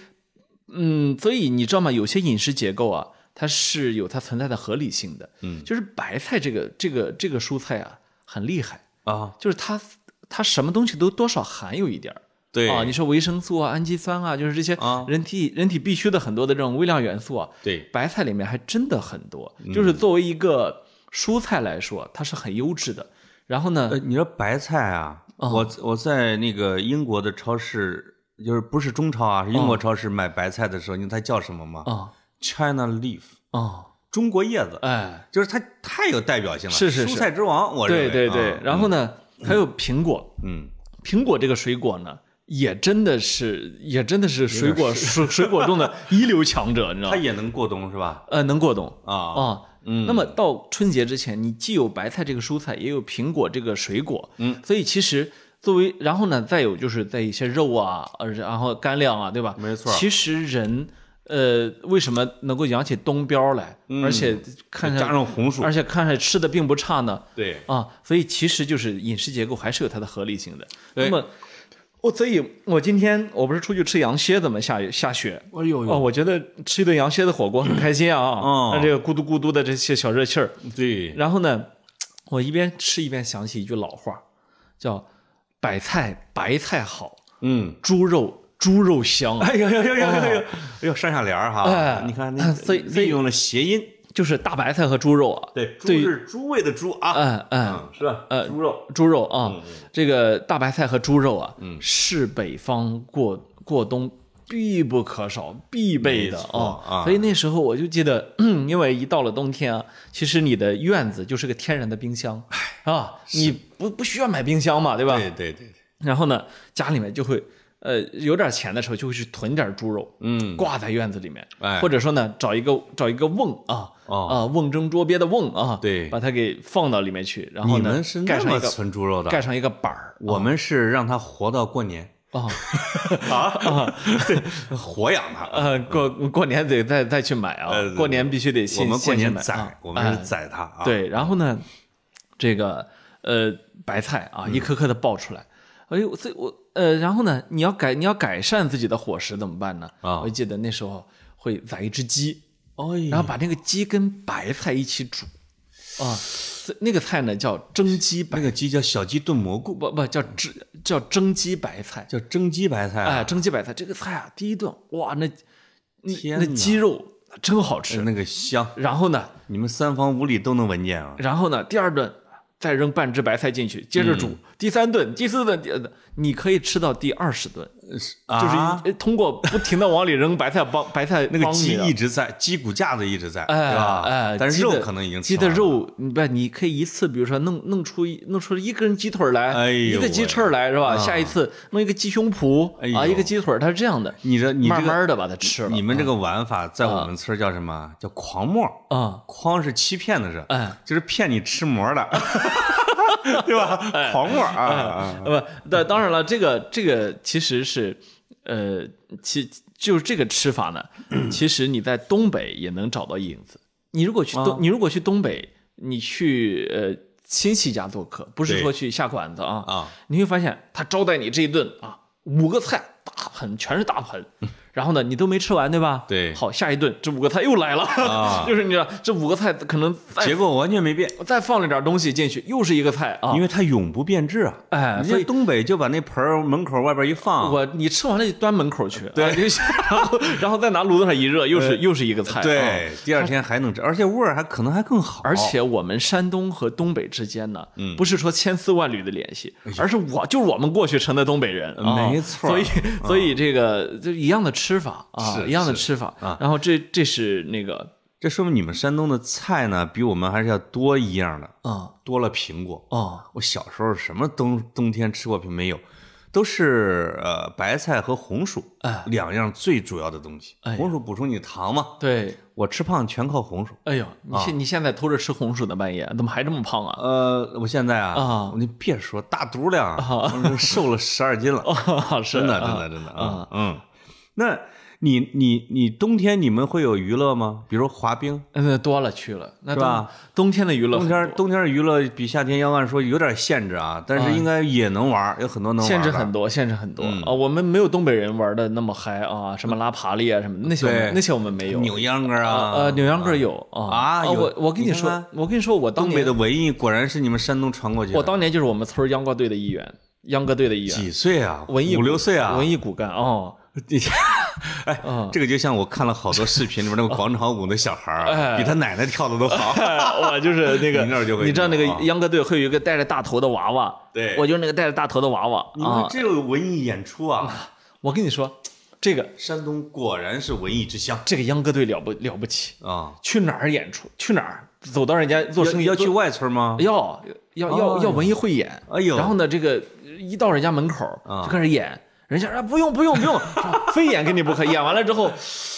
Speaker 2: 嗯，所以你知道吗？有些饮食结构啊，它是有它存在的合理性的。
Speaker 1: 嗯
Speaker 2: 就是白菜这个这个这个蔬菜啊，很厉害，
Speaker 1: 啊，
Speaker 2: 就是它它什么东西都多少含有一点儿。
Speaker 1: 对
Speaker 2: 啊，你说维生素啊、氨基酸啊，就是这些
Speaker 1: 啊
Speaker 2: 人体、人体必需的很多的这种微量元素啊，
Speaker 1: 对，
Speaker 2: 白菜里面还真的很多。
Speaker 1: 嗯
Speaker 2: 就是作为一个蔬菜来说，它是很优质的。然后呢
Speaker 1: 呃，，你说白菜啊，我我在那个英国的超市。就是不是中超啊，是英国超市买白菜的时候，你知道它叫什么吗
Speaker 2: 啊
Speaker 1: ？China leaf，
Speaker 2: 啊，
Speaker 1: 中国叶子，
Speaker 2: 哎，
Speaker 1: 就是它太有代表性了，
Speaker 2: 是是是
Speaker 1: 蔬菜之王，我认为。
Speaker 2: 对对对
Speaker 1: 啊，
Speaker 2: 然后呢，还有苹果，
Speaker 1: 嗯，
Speaker 2: 苹果这个水果呢，也真的是，也真的是水果水水果中的一流强者，你知道
Speaker 1: 它
Speaker 2: 吗？
Speaker 1: 也能过冬是吧？
Speaker 2: 呃，能过冬
Speaker 1: 啊，
Speaker 2: 啊。那么到春节之前，你既有白菜这个蔬菜，也有苹果这个水果，嗯，所以其实作为，然后呢，再有就是在一些肉啊，呃，然后干粮啊，对吧？
Speaker 1: 没错
Speaker 2: 其实人，呃，为什么能够养起冬膘来，而且看
Speaker 1: 嗯加
Speaker 2: 上，
Speaker 1: 上红薯，
Speaker 2: 而且看上去吃的并不差呢？
Speaker 1: 对，
Speaker 2: 啊，所以其实就是饮食结构还是有它的合理性的。那么，我所以，我今天我不是出去吃羊蝎子吗？下雨下雪，
Speaker 1: 哎呦
Speaker 2: 哦，，我觉得吃一顿羊蝎子火锅很开心啊，
Speaker 1: 嗯
Speaker 2: 那这个咕嘟咕嘟的这些小热气儿。
Speaker 1: 对，
Speaker 2: 然后呢，我一边吃一边想起一句老话，叫“白菜白菜好，
Speaker 1: 嗯，
Speaker 2: 猪肉猪肉香”
Speaker 1: 哎呦呦呦呦呦呦，哎呦上下联儿
Speaker 2: 哎
Speaker 1: 哈，你看那
Speaker 2: 所以所以
Speaker 1: 利用了谐音，
Speaker 2: 就是大白菜和猪肉啊，
Speaker 1: 对，猪
Speaker 2: 对
Speaker 1: 是诸位的猪啊，
Speaker 2: 嗯嗯，
Speaker 1: 嗯，是吧？猪肉，嗯
Speaker 2: 猪肉啊，这个大白菜和猪肉啊，是北方过过冬必不可少、必备的
Speaker 1: 没错
Speaker 2: 啊
Speaker 1: 啊。
Speaker 2: 所以那时候我就记得， 因为一到了冬天啊，其实你的院子就是个天然的冰箱，啊，你不不需要买冰箱嘛，对吧？
Speaker 1: 对对对，
Speaker 2: 然后呢，家里面就会呃有点钱的时候就会去囤点猪肉，
Speaker 1: 嗯，
Speaker 2: 挂在院子里面，
Speaker 1: 哎
Speaker 2: 或者说呢找一个找一个瓮啊。
Speaker 1: 哦
Speaker 2: 啊，瓮蒸桌边的瓮啊，
Speaker 1: 对
Speaker 2: 把它给放到里面去，然后
Speaker 1: 你
Speaker 2: 呢，
Speaker 1: 们是
Speaker 2: 盖
Speaker 1: 那
Speaker 2: 上一
Speaker 1: 么
Speaker 2: 个
Speaker 1: 存猪肉的，
Speaker 2: 盖上一个板儿
Speaker 1: 我们是让它活到过年
Speaker 2: 啊，
Speaker 1: 啊，对，活养它。
Speaker 2: 呃，过过年得再再去买啊
Speaker 1: 呃，
Speaker 2: 过年必须得
Speaker 1: 我
Speaker 2: 现
Speaker 1: 们过
Speaker 2: 现
Speaker 1: 年
Speaker 2: 买啊
Speaker 1: 宰，我们
Speaker 2: 哎
Speaker 1: 是宰它啊。，
Speaker 2: 对，然后呢，这个呃白菜
Speaker 1: 嗯
Speaker 2: 啊，一颗颗的爆出来。哎呦，所以我呃，然后呢，你要改你要改善自己的伙食怎么办呢？
Speaker 1: 啊
Speaker 2: 我记得那时候会宰一只鸡，然
Speaker 1: 哎，
Speaker 2: 后把那个鸡跟白菜一起煮，啊，所以那个菜呢叫蒸鸡白，
Speaker 1: 那个鸡叫小鸡炖蘑菇，
Speaker 2: 不不叫蒸叫蒸鸡白菜，
Speaker 1: 叫蒸鸡白菜
Speaker 2: 哎，
Speaker 1: 啊，
Speaker 2: 蒸鸡白菜这个菜啊，第一顿哇，那那
Speaker 1: 天
Speaker 2: 那
Speaker 1: 哪嗯
Speaker 2: 鸡肉真好吃。
Speaker 1: 那个香，
Speaker 2: 然后呢，
Speaker 1: 你们三房五里都能闻见啊。
Speaker 2: 然后呢，第二顿再扔半只白菜进去，接着煮。
Speaker 1: 嗯
Speaker 2: 第三顿、第四顿，第呃你可以吃到第二十顿，就是一
Speaker 1: 啊，
Speaker 2: 呃通过不停的往里扔白菜帮白菜
Speaker 1: 那个
Speaker 2: 帮
Speaker 1: 鸡
Speaker 2: 你的
Speaker 1: 一直在，鸡骨架子一直在，
Speaker 2: 啊哎
Speaker 1: 对吧？
Speaker 2: 哎，
Speaker 1: 但是
Speaker 2: 鸡
Speaker 1: 肉
Speaker 2: 的
Speaker 1: 可能已经吃
Speaker 2: 鸡的
Speaker 1: 完了，
Speaker 2: 肉，你不，你可以一次，比如说弄弄出一弄出一根鸡腿来，
Speaker 1: 哎呦
Speaker 2: 一个鸡翅来是吧？
Speaker 1: 喂啊
Speaker 2: 下一次弄一个鸡胸脯、
Speaker 1: 哎呦
Speaker 2: 啊，一个鸡腿，它是这样的，
Speaker 1: 你这你这
Speaker 2: 慢
Speaker 1: 个
Speaker 2: 慢的把它吃了。
Speaker 1: 你们这个玩法在
Speaker 2: 嗯
Speaker 1: 我们村儿叫什么？叫狂沫。
Speaker 2: 啊，
Speaker 1: 诓是欺骗的是，
Speaker 2: 哎
Speaker 1: 就是骗你吃馍 的，对
Speaker 2: 哎
Speaker 1: 吧？狂沫啊啊，
Speaker 2: 呃，不，但当然了，这个这个其实是，呃，其就是这个吃法呢，其实你在东北也能找到影子。你如果去
Speaker 1: 啊
Speaker 2: 东，你如果去东北，你去呃亲戚家做客，不是
Speaker 1: 对
Speaker 2: 说去下馆子啊，
Speaker 1: 啊，
Speaker 2: 你会发现他招待你这一顿啊，五个菜大盆全是大 盆，然后呢你都没吃完对吧？
Speaker 1: 对
Speaker 2: 好，下一顿这五个菜又来了，
Speaker 1: 啊
Speaker 2: 就是你知道这五个菜可能再
Speaker 1: 结果完全没变，
Speaker 2: 再放了点东西进去，又是一个菜啊
Speaker 1: 因。为它永不变质啊。
Speaker 2: 哎
Speaker 1: 人
Speaker 2: 所以
Speaker 1: 家东北就把那盆儿门口外边一放，
Speaker 2: 我你吃完了就端门口去，对，然后然后再拿炉子上一热，又是又是一个菜。啊，
Speaker 1: 对，第二天还能吃，而且味儿还可能还更好。嗯
Speaker 2: 而且我们山东和东北之间呢，不是说千丝万缕的联系，而是我就是我们过去成的东北人，啊
Speaker 1: 哎没错嗯
Speaker 2: 所以所以这个就一样的吃法啊，
Speaker 1: 是
Speaker 2: 一样的吃法
Speaker 1: 啊。
Speaker 2: 然后这这是那个
Speaker 1: 这说明你们山东的菜呢，比我们还是要多一样的，
Speaker 2: 啊
Speaker 1: 多了苹果。
Speaker 2: 啊
Speaker 1: 我小时候什么冬冬天吃过苹没有，都是呃白菜和红薯
Speaker 2: 哎
Speaker 1: 两样最主要的东西
Speaker 2: 哎呀。
Speaker 1: 红薯补充你糖嘛，
Speaker 2: 对。
Speaker 1: 我吃胖全靠红薯。
Speaker 2: 哎呦，你现、你现在偷着吃红薯呢，半夜怎么还这么胖啊？
Speaker 1: 呃，我现在
Speaker 2: 啊
Speaker 1: 啊，你别说大肚量啊，我瘦了十二斤了，
Speaker 2: 是
Speaker 1: 真的真的真的啊，嗯，那你你你冬天你们会有娱乐吗？比如滑冰？
Speaker 2: 那多了去了，那
Speaker 1: 是
Speaker 2: 冬
Speaker 1: 吧
Speaker 2: 冬天的娱乐
Speaker 1: 冬
Speaker 2: 很
Speaker 1: 天冬天娱乐比夏天要按说有点限制啊，但是应该也能玩，有很多能玩
Speaker 2: 嗯限制
Speaker 1: 的
Speaker 2: 很多，限制很多啊！我们没有东北人玩的那么嗨啊，什么拉爬犁啊，什么那些我们
Speaker 1: 对
Speaker 2: 那些我们没有。
Speaker 1: 扭秧歌儿啊，
Speaker 2: 呃，扭秧歌有啊
Speaker 1: 啊有
Speaker 2: 我我跟你
Speaker 1: 你
Speaker 2: 说
Speaker 1: 看，
Speaker 2: 我跟你说，我当
Speaker 1: 东北
Speaker 2: 年
Speaker 1: 的文艺果然是你们山东传过去的。
Speaker 2: 我当年就是我们村儿秧歌队的一员，秧歌队的一员，
Speaker 1: 几岁啊？
Speaker 2: 文艺
Speaker 1: 五六岁啊？
Speaker 2: 文艺骨干 哦，
Speaker 1: 哎
Speaker 2: 嗯，
Speaker 1: 这个就像我看了好多视频里面 那个广场舞的小孩儿
Speaker 2: 哎
Speaker 1: 啊，比他奶奶跳的都好。
Speaker 2: 我就是那个，
Speaker 1: 你那儿就会
Speaker 2: 你知道那个
Speaker 1: 有啊
Speaker 2: 秧歌队会有一个带着大头的娃娃，
Speaker 1: 对
Speaker 2: 我就是那个带着大头的娃娃
Speaker 1: 你们
Speaker 2: 啊。
Speaker 1: 这个文艺演出啊，
Speaker 2: 我跟你说，这个
Speaker 1: 山东果然是文艺之乡
Speaker 2: 这个秧歌队了不了不起，
Speaker 1: 啊。
Speaker 2: 去哪儿演出去哪儿，走到人家做
Speaker 1: 要
Speaker 2: 生意
Speaker 1: 要
Speaker 2: 做
Speaker 1: 去外村吗？
Speaker 2: 要要要
Speaker 1: 哎
Speaker 2: 要
Speaker 1: 呦
Speaker 2: 文艺汇演，
Speaker 1: 哎呦
Speaker 2: 然后呢，这个一到人家门口
Speaker 1: 啊
Speaker 2: 就开始演，人家说啊不用不用 不用，说非演给你不可，演完了之后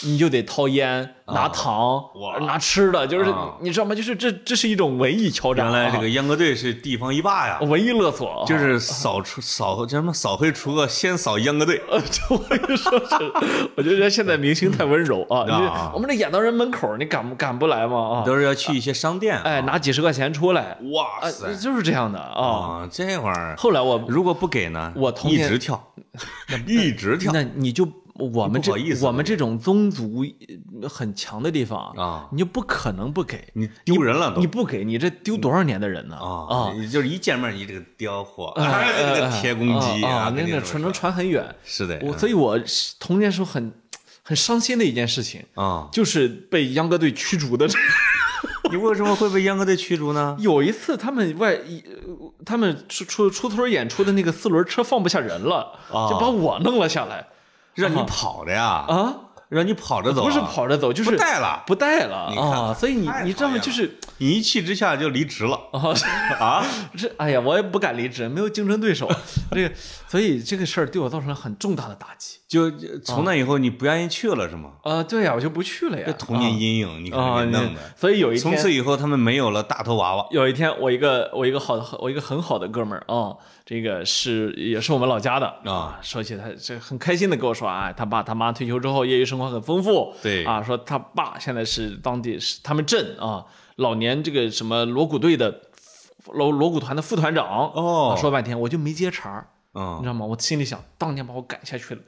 Speaker 2: 你就得掏烟、拿糖
Speaker 1: 啊哇、
Speaker 2: 拿吃的，就是
Speaker 1: 啊
Speaker 2: 你知道吗？就是这这是一种文艺敲诈啊，
Speaker 1: 原来这个秧歌队是地方一霸呀，
Speaker 2: 文艺勒索啊，
Speaker 1: 就是扫除扫叫什么扫黑除恶，先扫秧歌 队。
Speaker 2: 呃，这我跟你说是，我觉得人家现在明星太温柔啊，你
Speaker 1: 啊
Speaker 2: 我们这演到人门口，你敢不敢不来吗？啊，
Speaker 1: 都是要去一些商店啊。
Speaker 2: 哎，拿几十块钱出来，
Speaker 1: 哇
Speaker 2: 啊
Speaker 1: 塞，
Speaker 2: 就是这样的啊。
Speaker 1: 啊，这玩意儿
Speaker 2: 后来我
Speaker 1: 如果不给呢，
Speaker 2: 我童
Speaker 1: 一
Speaker 2: 年
Speaker 1: 直 跳，一直跳
Speaker 2: 那你就我们这
Speaker 1: 不好意思
Speaker 2: 我们这种宗族呃很强的地方，
Speaker 1: 啊，
Speaker 2: 你就不可能不给，
Speaker 1: 你丢人了都
Speaker 2: 你不给你这丢多少年的人呢？
Speaker 1: 啊
Speaker 2: 啊！
Speaker 1: 你就是一见面你这个刁货，
Speaker 2: 啊
Speaker 1: 哎 这个铁公鸡
Speaker 2: 啊，啊
Speaker 1: 跟
Speaker 2: 那
Speaker 1: 你这
Speaker 2: 那
Speaker 1: 么
Speaker 2: 传能
Speaker 1: 说
Speaker 2: 传很远。
Speaker 1: 是啊的，
Speaker 2: 我所以，我是童年时候很很伤心的一件事情，
Speaker 1: 啊，
Speaker 2: 就是被秧歌队驱逐的。
Speaker 1: 你为什么会被秧歌队驱逐呢？
Speaker 2: 有一次，他们外一呃他们出出出村演出的那个四轮车放不下人了，
Speaker 1: 啊
Speaker 2: 就把我弄了下来。
Speaker 1: 让你跑着呀，
Speaker 2: 啊，
Speaker 1: 让你跑着走啊，
Speaker 2: 不是跑着走，就是
Speaker 1: 不带了
Speaker 2: 不带了
Speaker 1: 你看
Speaker 2: 啊。所以你
Speaker 1: 太
Speaker 2: 你这
Speaker 1: 讨
Speaker 2: 么
Speaker 1: 厌
Speaker 2: 就是
Speaker 1: 你一气之下就离职了
Speaker 2: 啊，是
Speaker 1: 啊！
Speaker 2: 这哎呀，我也不敢离职，没有竞争对 手，这个，所以这个事儿对我造成了很重大的打击。
Speaker 1: 就就从那以后你不愿意去了是吗？
Speaker 2: 啊，对呀，我就不去了呀。
Speaker 1: 这童年阴影你可
Speaker 2: 啊，
Speaker 1: 给
Speaker 2: 你
Speaker 1: 弄的。
Speaker 2: 所以有一
Speaker 1: 从
Speaker 2: 天，
Speaker 1: 此以后他们没有了大头娃娃，
Speaker 2: 有一天，我一个我一个好的我一个很好的哥们儿啊、这个是也是我们老家的
Speaker 1: 啊。
Speaker 2: 说起他这很开心的跟我说啊，他爸他妈退休之后业余生活很丰富，
Speaker 1: 对
Speaker 2: 啊，说他爸现在是当地是他们镇啊老年这个什么锣鼓队的锣锣鼓团的副团长
Speaker 1: 哦
Speaker 2: 啊说半天我就没接茬儿。你
Speaker 1: 嗯
Speaker 2: 知，道吗？我心里想，当年把我赶下去了，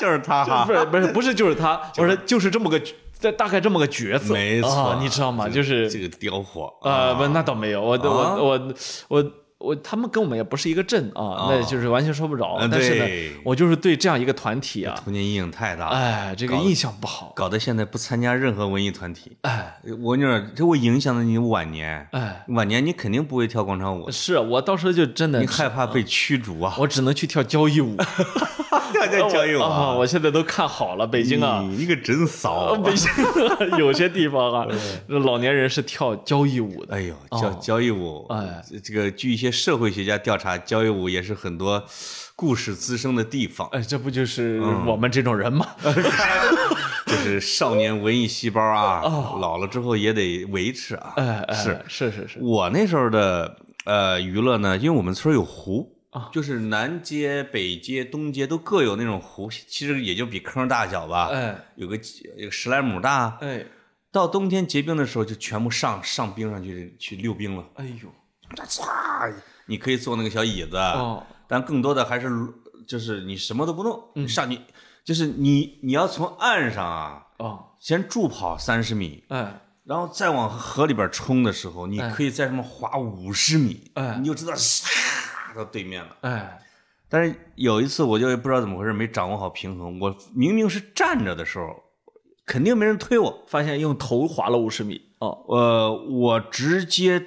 Speaker 1: 就是他哈
Speaker 2: 不，是不是不是就 是他，我说就是这么个，大大概这么个角色，
Speaker 1: 没错
Speaker 2: 啊你知道吗？就是
Speaker 1: 这个啊刁火
Speaker 2: 呃，不，那倒没有，我、
Speaker 1: 啊
Speaker 2: 我我我我，他们跟我们也不是一个镇啊，那就是完全说不着。
Speaker 1: 嗯
Speaker 2: 但是
Speaker 1: 对
Speaker 2: 呢，我就是对这样一个团体 啊，
Speaker 1: 童年阴影太大了，
Speaker 2: 哎，这个印象不好，
Speaker 1: 搞得现在不参加任何文艺团体。
Speaker 2: 哎
Speaker 1: 我跟你说，这会影响到你晚年，
Speaker 2: 哎，
Speaker 1: 晚年你肯定不会跳广场舞，
Speaker 2: 是啊我到时候就真的
Speaker 1: 你，害怕被驱逐啊！
Speaker 2: 我只能去跳 交谊舞，
Speaker 1: 跳跳交谊舞
Speaker 2: 啊！我现在都看好了北京啊。
Speaker 1: 你你可真
Speaker 2: 呃
Speaker 1: 骚！啊
Speaker 2: 北京 有些地方啊，
Speaker 1: 嗯
Speaker 2: 老年人是跳交谊舞的。
Speaker 1: 哎呦，交交谊舞，
Speaker 2: 哦哎
Speaker 1: 这这个据一些社会学家调查，交谊舞也是很多故事滋生的地方，
Speaker 2: 哎，这不就是
Speaker 1: 嗯
Speaker 2: 我们这种 人吗？
Speaker 1: 就是少年文艺细胞啊，
Speaker 2: 哦
Speaker 1: 老了之后也得维持啊。
Speaker 2: 哎，哎是是是是，
Speaker 1: 我那时候的呃娱乐呢，因为我们村儿有湖。
Speaker 2: 啊
Speaker 1: 就是南街、北街、东街都各有那种湖，其实也就比坑大小吧，
Speaker 2: 哎
Speaker 1: 有个几有个十来亩大。
Speaker 2: 哎
Speaker 1: 到冬天结冰的时候，就全部上上冰上去去溜冰了。
Speaker 2: 哎呦，
Speaker 1: 唰，你可以坐那个小椅子，
Speaker 2: 哦
Speaker 1: 但更多的还是就是你什么都不弄，
Speaker 2: 嗯
Speaker 1: 你上去就是你你要从岸上啊，
Speaker 2: 哦
Speaker 1: 先助跑三十米，
Speaker 2: 哎
Speaker 1: 然后再往河里边冲的时候，你可以在上面滑五十米，
Speaker 2: 哎
Speaker 1: 你就知道唰到对面了。
Speaker 2: 哎
Speaker 1: 但是有一次我就不知道怎么回事，没掌握好平衡，我明明是站着的时候，肯定没人推我，
Speaker 2: 发现用头滑了五十米。哦，
Speaker 1: 呃，我直接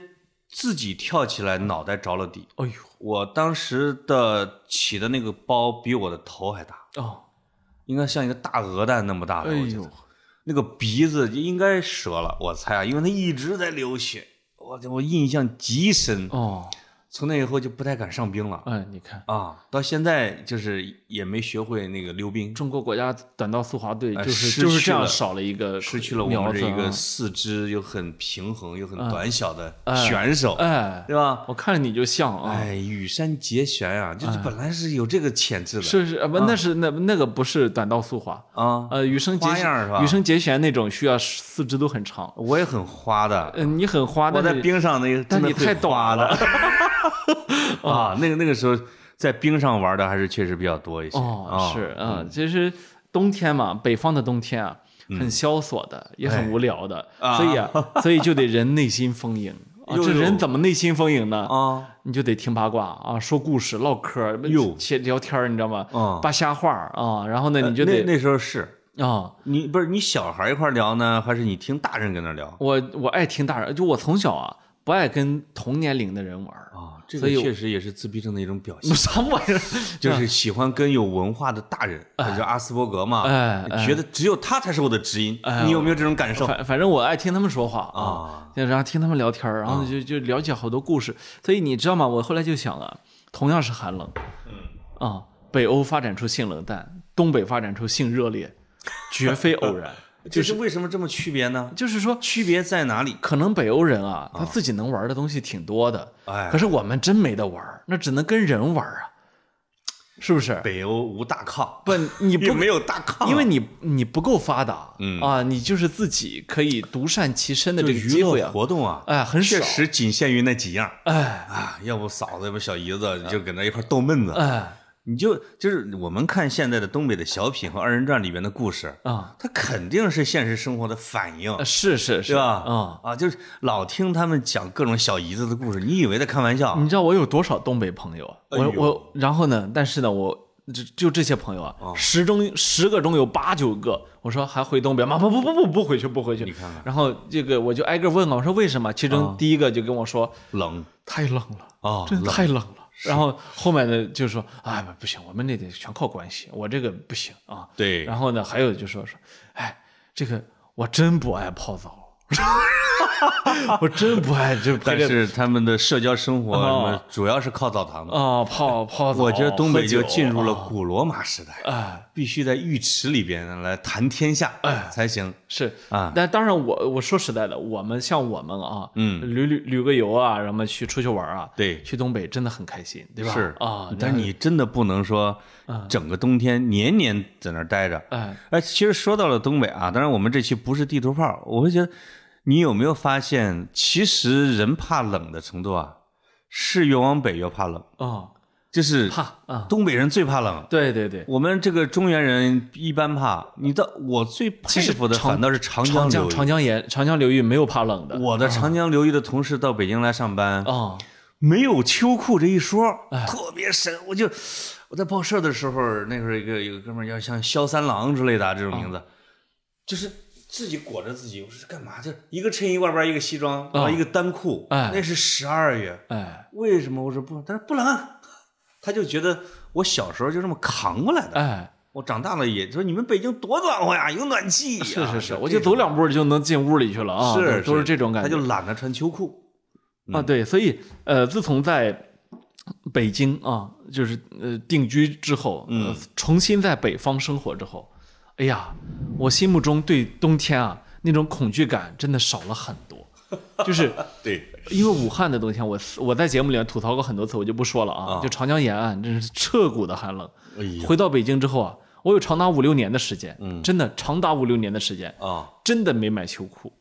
Speaker 1: 自己跳起来，脑袋着了地。
Speaker 2: 哎呦，
Speaker 1: 我当时的起的那个包比我的头还大，
Speaker 2: 哦，
Speaker 1: 应该像一个大鹅蛋那么大的。
Speaker 2: 哎
Speaker 1: 我觉得
Speaker 2: 呦，
Speaker 1: 那个鼻子应该折了，我猜啊，因为它一直在流血，我我印象极深。
Speaker 2: 哦，
Speaker 1: 从那以后就不太敢上冰了
Speaker 2: 哎，你看，
Speaker 1: 啊，到现在就是也没学会那个溜冰，
Speaker 2: 中国国家短道速滑队
Speaker 1: 哎
Speaker 2: 就是
Speaker 1: 失
Speaker 2: 就是
Speaker 1: 去
Speaker 2: 这样
Speaker 1: 了
Speaker 2: 少了一个
Speaker 1: 失去了我
Speaker 2: 苗
Speaker 1: 们
Speaker 2: 子
Speaker 1: 这一个
Speaker 2: 啊嗯
Speaker 1: 四肢又很平衡又很短小的
Speaker 2: 哎
Speaker 1: 选手，
Speaker 2: 哎，
Speaker 1: 对吧？
Speaker 2: 我看着你就像啊，
Speaker 1: 哎，羽山结弦啊，就是本来是有这个潜质的，
Speaker 2: 嗯是是，呃
Speaker 1: 嗯
Speaker 2: 不，那是那那个不是短道速滑，
Speaker 1: 啊，
Speaker 2: 呃，羽生结
Speaker 1: 花样儿是吧
Speaker 2: 羽生结弦那种需要四肢都很长。
Speaker 1: 我也很花的，
Speaker 2: 嗯，你很花，
Speaker 1: 我
Speaker 2: 但
Speaker 1: 在
Speaker 2: 是
Speaker 1: 冰上那个真
Speaker 2: 但
Speaker 1: 的
Speaker 2: 你太哦
Speaker 1: 会花
Speaker 2: 短
Speaker 1: 的啊，那个那个时候在冰上玩的还是确实比较多一些
Speaker 2: 哦
Speaker 1: 啊，，
Speaker 2: 是啊，其实冬天嘛，北方的冬天啊，很萧索的，也很无聊的，
Speaker 1: 嗯啊
Speaker 2: 所以啊，所以就得人内心丰 盈。啊
Speaker 1: 呦
Speaker 2: 这
Speaker 1: 呦
Speaker 2: 人怎么内心丰盈呢？
Speaker 1: 啊，
Speaker 2: 你就得听八卦啊，说故事、唠嗑、
Speaker 1: 呦
Speaker 2: 且聊天儿，你知道
Speaker 1: 啊呃
Speaker 2: 吗？扒瞎话儿啊，然后呢，你就
Speaker 1: 那
Speaker 2: 得
Speaker 1: 那时候是
Speaker 2: 啊，
Speaker 1: 你不是你小孩一块聊呢，还是你听大人跟那聊
Speaker 2: 我我爱听大人，就我从小啊不爱跟同年龄的人玩儿，
Speaker 1: 啊？这个
Speaker 2: 所以我，
Speaker 1: 确实也是自闭症的一种表现
Speaker 2: 什么玩意儿？
Speaker 1: 就是喜欢跟有文化的大人，也就阿斯伯格嘛
Speaker 2: 哎，哎
Speaker 1: 觉得只有他才是我的知音
Speaker 2: 哎，
Speaker 1: 你有没有这种感受
Speaker 2: 反反正我爱听他们说话
Speaker 1: 啊，
Speaker 2: 然后听他们聊天儿，然
Speaker 1: 哦
Speaker 2: 后就就了解好多故事。所以你知道吗？我后来就想啊，同样是寒冷，嗯啊，北欧发展出性冷淡，东北发展出性热 烈，绝非偶然。
Speaker 1: 这是为什么这么区别呢？
Speaker 2: 就是说，
Speaker 1: 区别在哪里？
Speaker 2: 可能北欧人啊，他自己能玩的东西挺多的，
Speaker 1: 哦哎
Speaker 2: 可是我们真没得玩儿，那只能跟人玩儿啊，是不是？
Speaker 1: 北欧无大炕，
Speaker 2: 不，你
Speaker 1: 也
Speaker 2: 不
Speaker 1: 没有大炕啊，
Speaker 2: 因为你你不够发达，
Speaker 1: 嗯
Speaker 2: 啊，你就是自己可以独善其身的
Speaker 1: 就
Speaker 2: 这个
Speaker 1: 娱
Speaker 2: 机会
Speaker 1: 乐
Speaker 2: 啊，
Speaker 1: 活动啊，
Speaker 2: 哎，很少
Speaker 1: 确，实仅限于那几样
Speaker 2: 哎
Speaker 1: 啊，要不嫂子，要不小姨子，你就搁那一块逗闷子。
Speaker 2: 哎
Speaker 1: 你就就是我们看现在的东北的小品和二人转里边的故事，
Speaker 2: 啊，
Speaker 1: 它肯定是现实生活的反应，
Speaker 2: 是是
Speaker 1: 哦对
Speaker 2: 是
Speaker 1: 吧？
Speaker 2: 啊，
Speaker 1: 啊，就是老听他们讲各种小姨子的故事，你以为在开玩笑？啊
Speaker 2: 你知道我有多少东北朋友啊？
Speaker 1: 哎
Speaker 2: 我
Speaker 1: 呦
Speaker 2: 我，然后呢？但是呢，我就就这些朋友啊，
Speaker 1: 哦
Speaker 2: 十中十个中有八九个，我说还回东北吗？不不不不不回去不回去。
Speaker 1: 嗯你看嗯看
Speaker 2: 然后这个我就挨个问了，我说为什么？其中第一个就跟我说
Speaker 1: 冷
Speaker 2: 太冷了，
Speaker 1: 啊，
Speaker 2: 真的
Speaker 1: 冷
Speaker 2: 太冷了。然后后面的就说啊不行，我们那得全靠关系，我这个不行啊。
Speaker 1: 对，
Speaker 2: 然后呢，还有就说说，哎，这个我真不爱泡澡。 我真不爱这，
Speaker 1: 但是他们的社交生活什
Speaker 2: 哦
Speaker 1: 么主要是靠澡堂的。
Speaker 2: 啊泡泡澡，
Speaker 1: 我觉得东北就
Speaker 2: 喝酒
Speaker 1: 进入了
Speaker 2: 啊
Speaker 1: 古罗马时代，
Speaker 2: 哎
Speaker 1: 必须在浴池里边来谈天下才行。
Speaker 2: 是
Speaker 1: 啊
Speaker 2: 但当然我，我说实在的，我们像我们啊，嗯，旅旅旅个游啊，什么去出去玩啊，
Speaker 1: 对
Speaker 2: 去东北真的很开心，对吧？
Speaker 1: 是
Speaker 2: 啊，嗯
Speaker 1: 但
Speaker 2: 然
Speaker 1: 是
Speaker 2: 后
Speaker 1: 你真的不能说整个冬天年年在那儿待着。
Speaker 2: 哎，
Speaker 1: 哎，其实说到了东北啊，当然我们这期不是地图炮，我会觉得你有没有发现，其实人怕冷的程度啊，是越往北越怕冷，
Speaker 2: 啊，
Speaker 1: 就是
Speaker 2: 怕啊，
Speaker 1: 东北人最怕冷。
Speaker 2: 对对对，
Speaker 1: 我们这个中原人一般怕，你的我最佩服的
Speaker 2: 其实长
Speaker 1: 反倒是长江流
Speaker 2: 长江
Speaker 1: 域。
Speaker 2: 长江沿长江流啊域没有怕冷的
Speaker 1: 我的长江流域的同事到北京来上班，
Speaker 2: 啊，
Speaker 1: 没有秋裤这一说，
Speaker 2: 哎
Speaker 1: 特别神。我就我在报社的时候，那时候一个有个哥们儿叫像萧三郎之类的啊这种名
Speaker 2: 哦
Speaker 1: 字，就是自己裹着自己，我说干嘛？就一个衬衣外边一个西装，然后一个单裤，
Speaker 2: 哦哎
Speaker 1: 那是十二月，
Speaker 2: 哎
Speaker 1: 为什么？我说不，他说不冷，啊他就觉得我小时候就这么扛过来的。
Speaker 2: 哎，
Speaker 1: 我长大了也说你们北京多暖和呀，有暖气呀。
Speaker 2: 是是是，
Speaker 1: 这
Speaker 2: 哎我就走两步就能进屋里去了啊，
Speaker 1: 是
Speaker 2: 都是这种感觉
Speaker 1: 他，就懒得穿秋裤。嗯
Speaker 2: 啊，对，所以呃，自从在北京啊，就是呃定居之后，嗯、重新在北方生活之后，哎呀，我心目中对冬天啊那种恐惧感真的少了很多，就是
Speaker 1: 对，
Speaker 2: 因为武汉的冬天，我我在节目里面吐槽过很多次，我就不说了啊，就长江沿岸真是彻骨的寒冷。
Speaker 1: 哎呀嗯
Speaker 2: 回到北京之后啊，我有长达五六年的时间，真的长达五六年的时间，
Speaker 1: 啊，
Speaker 2: 真的没买秋裤。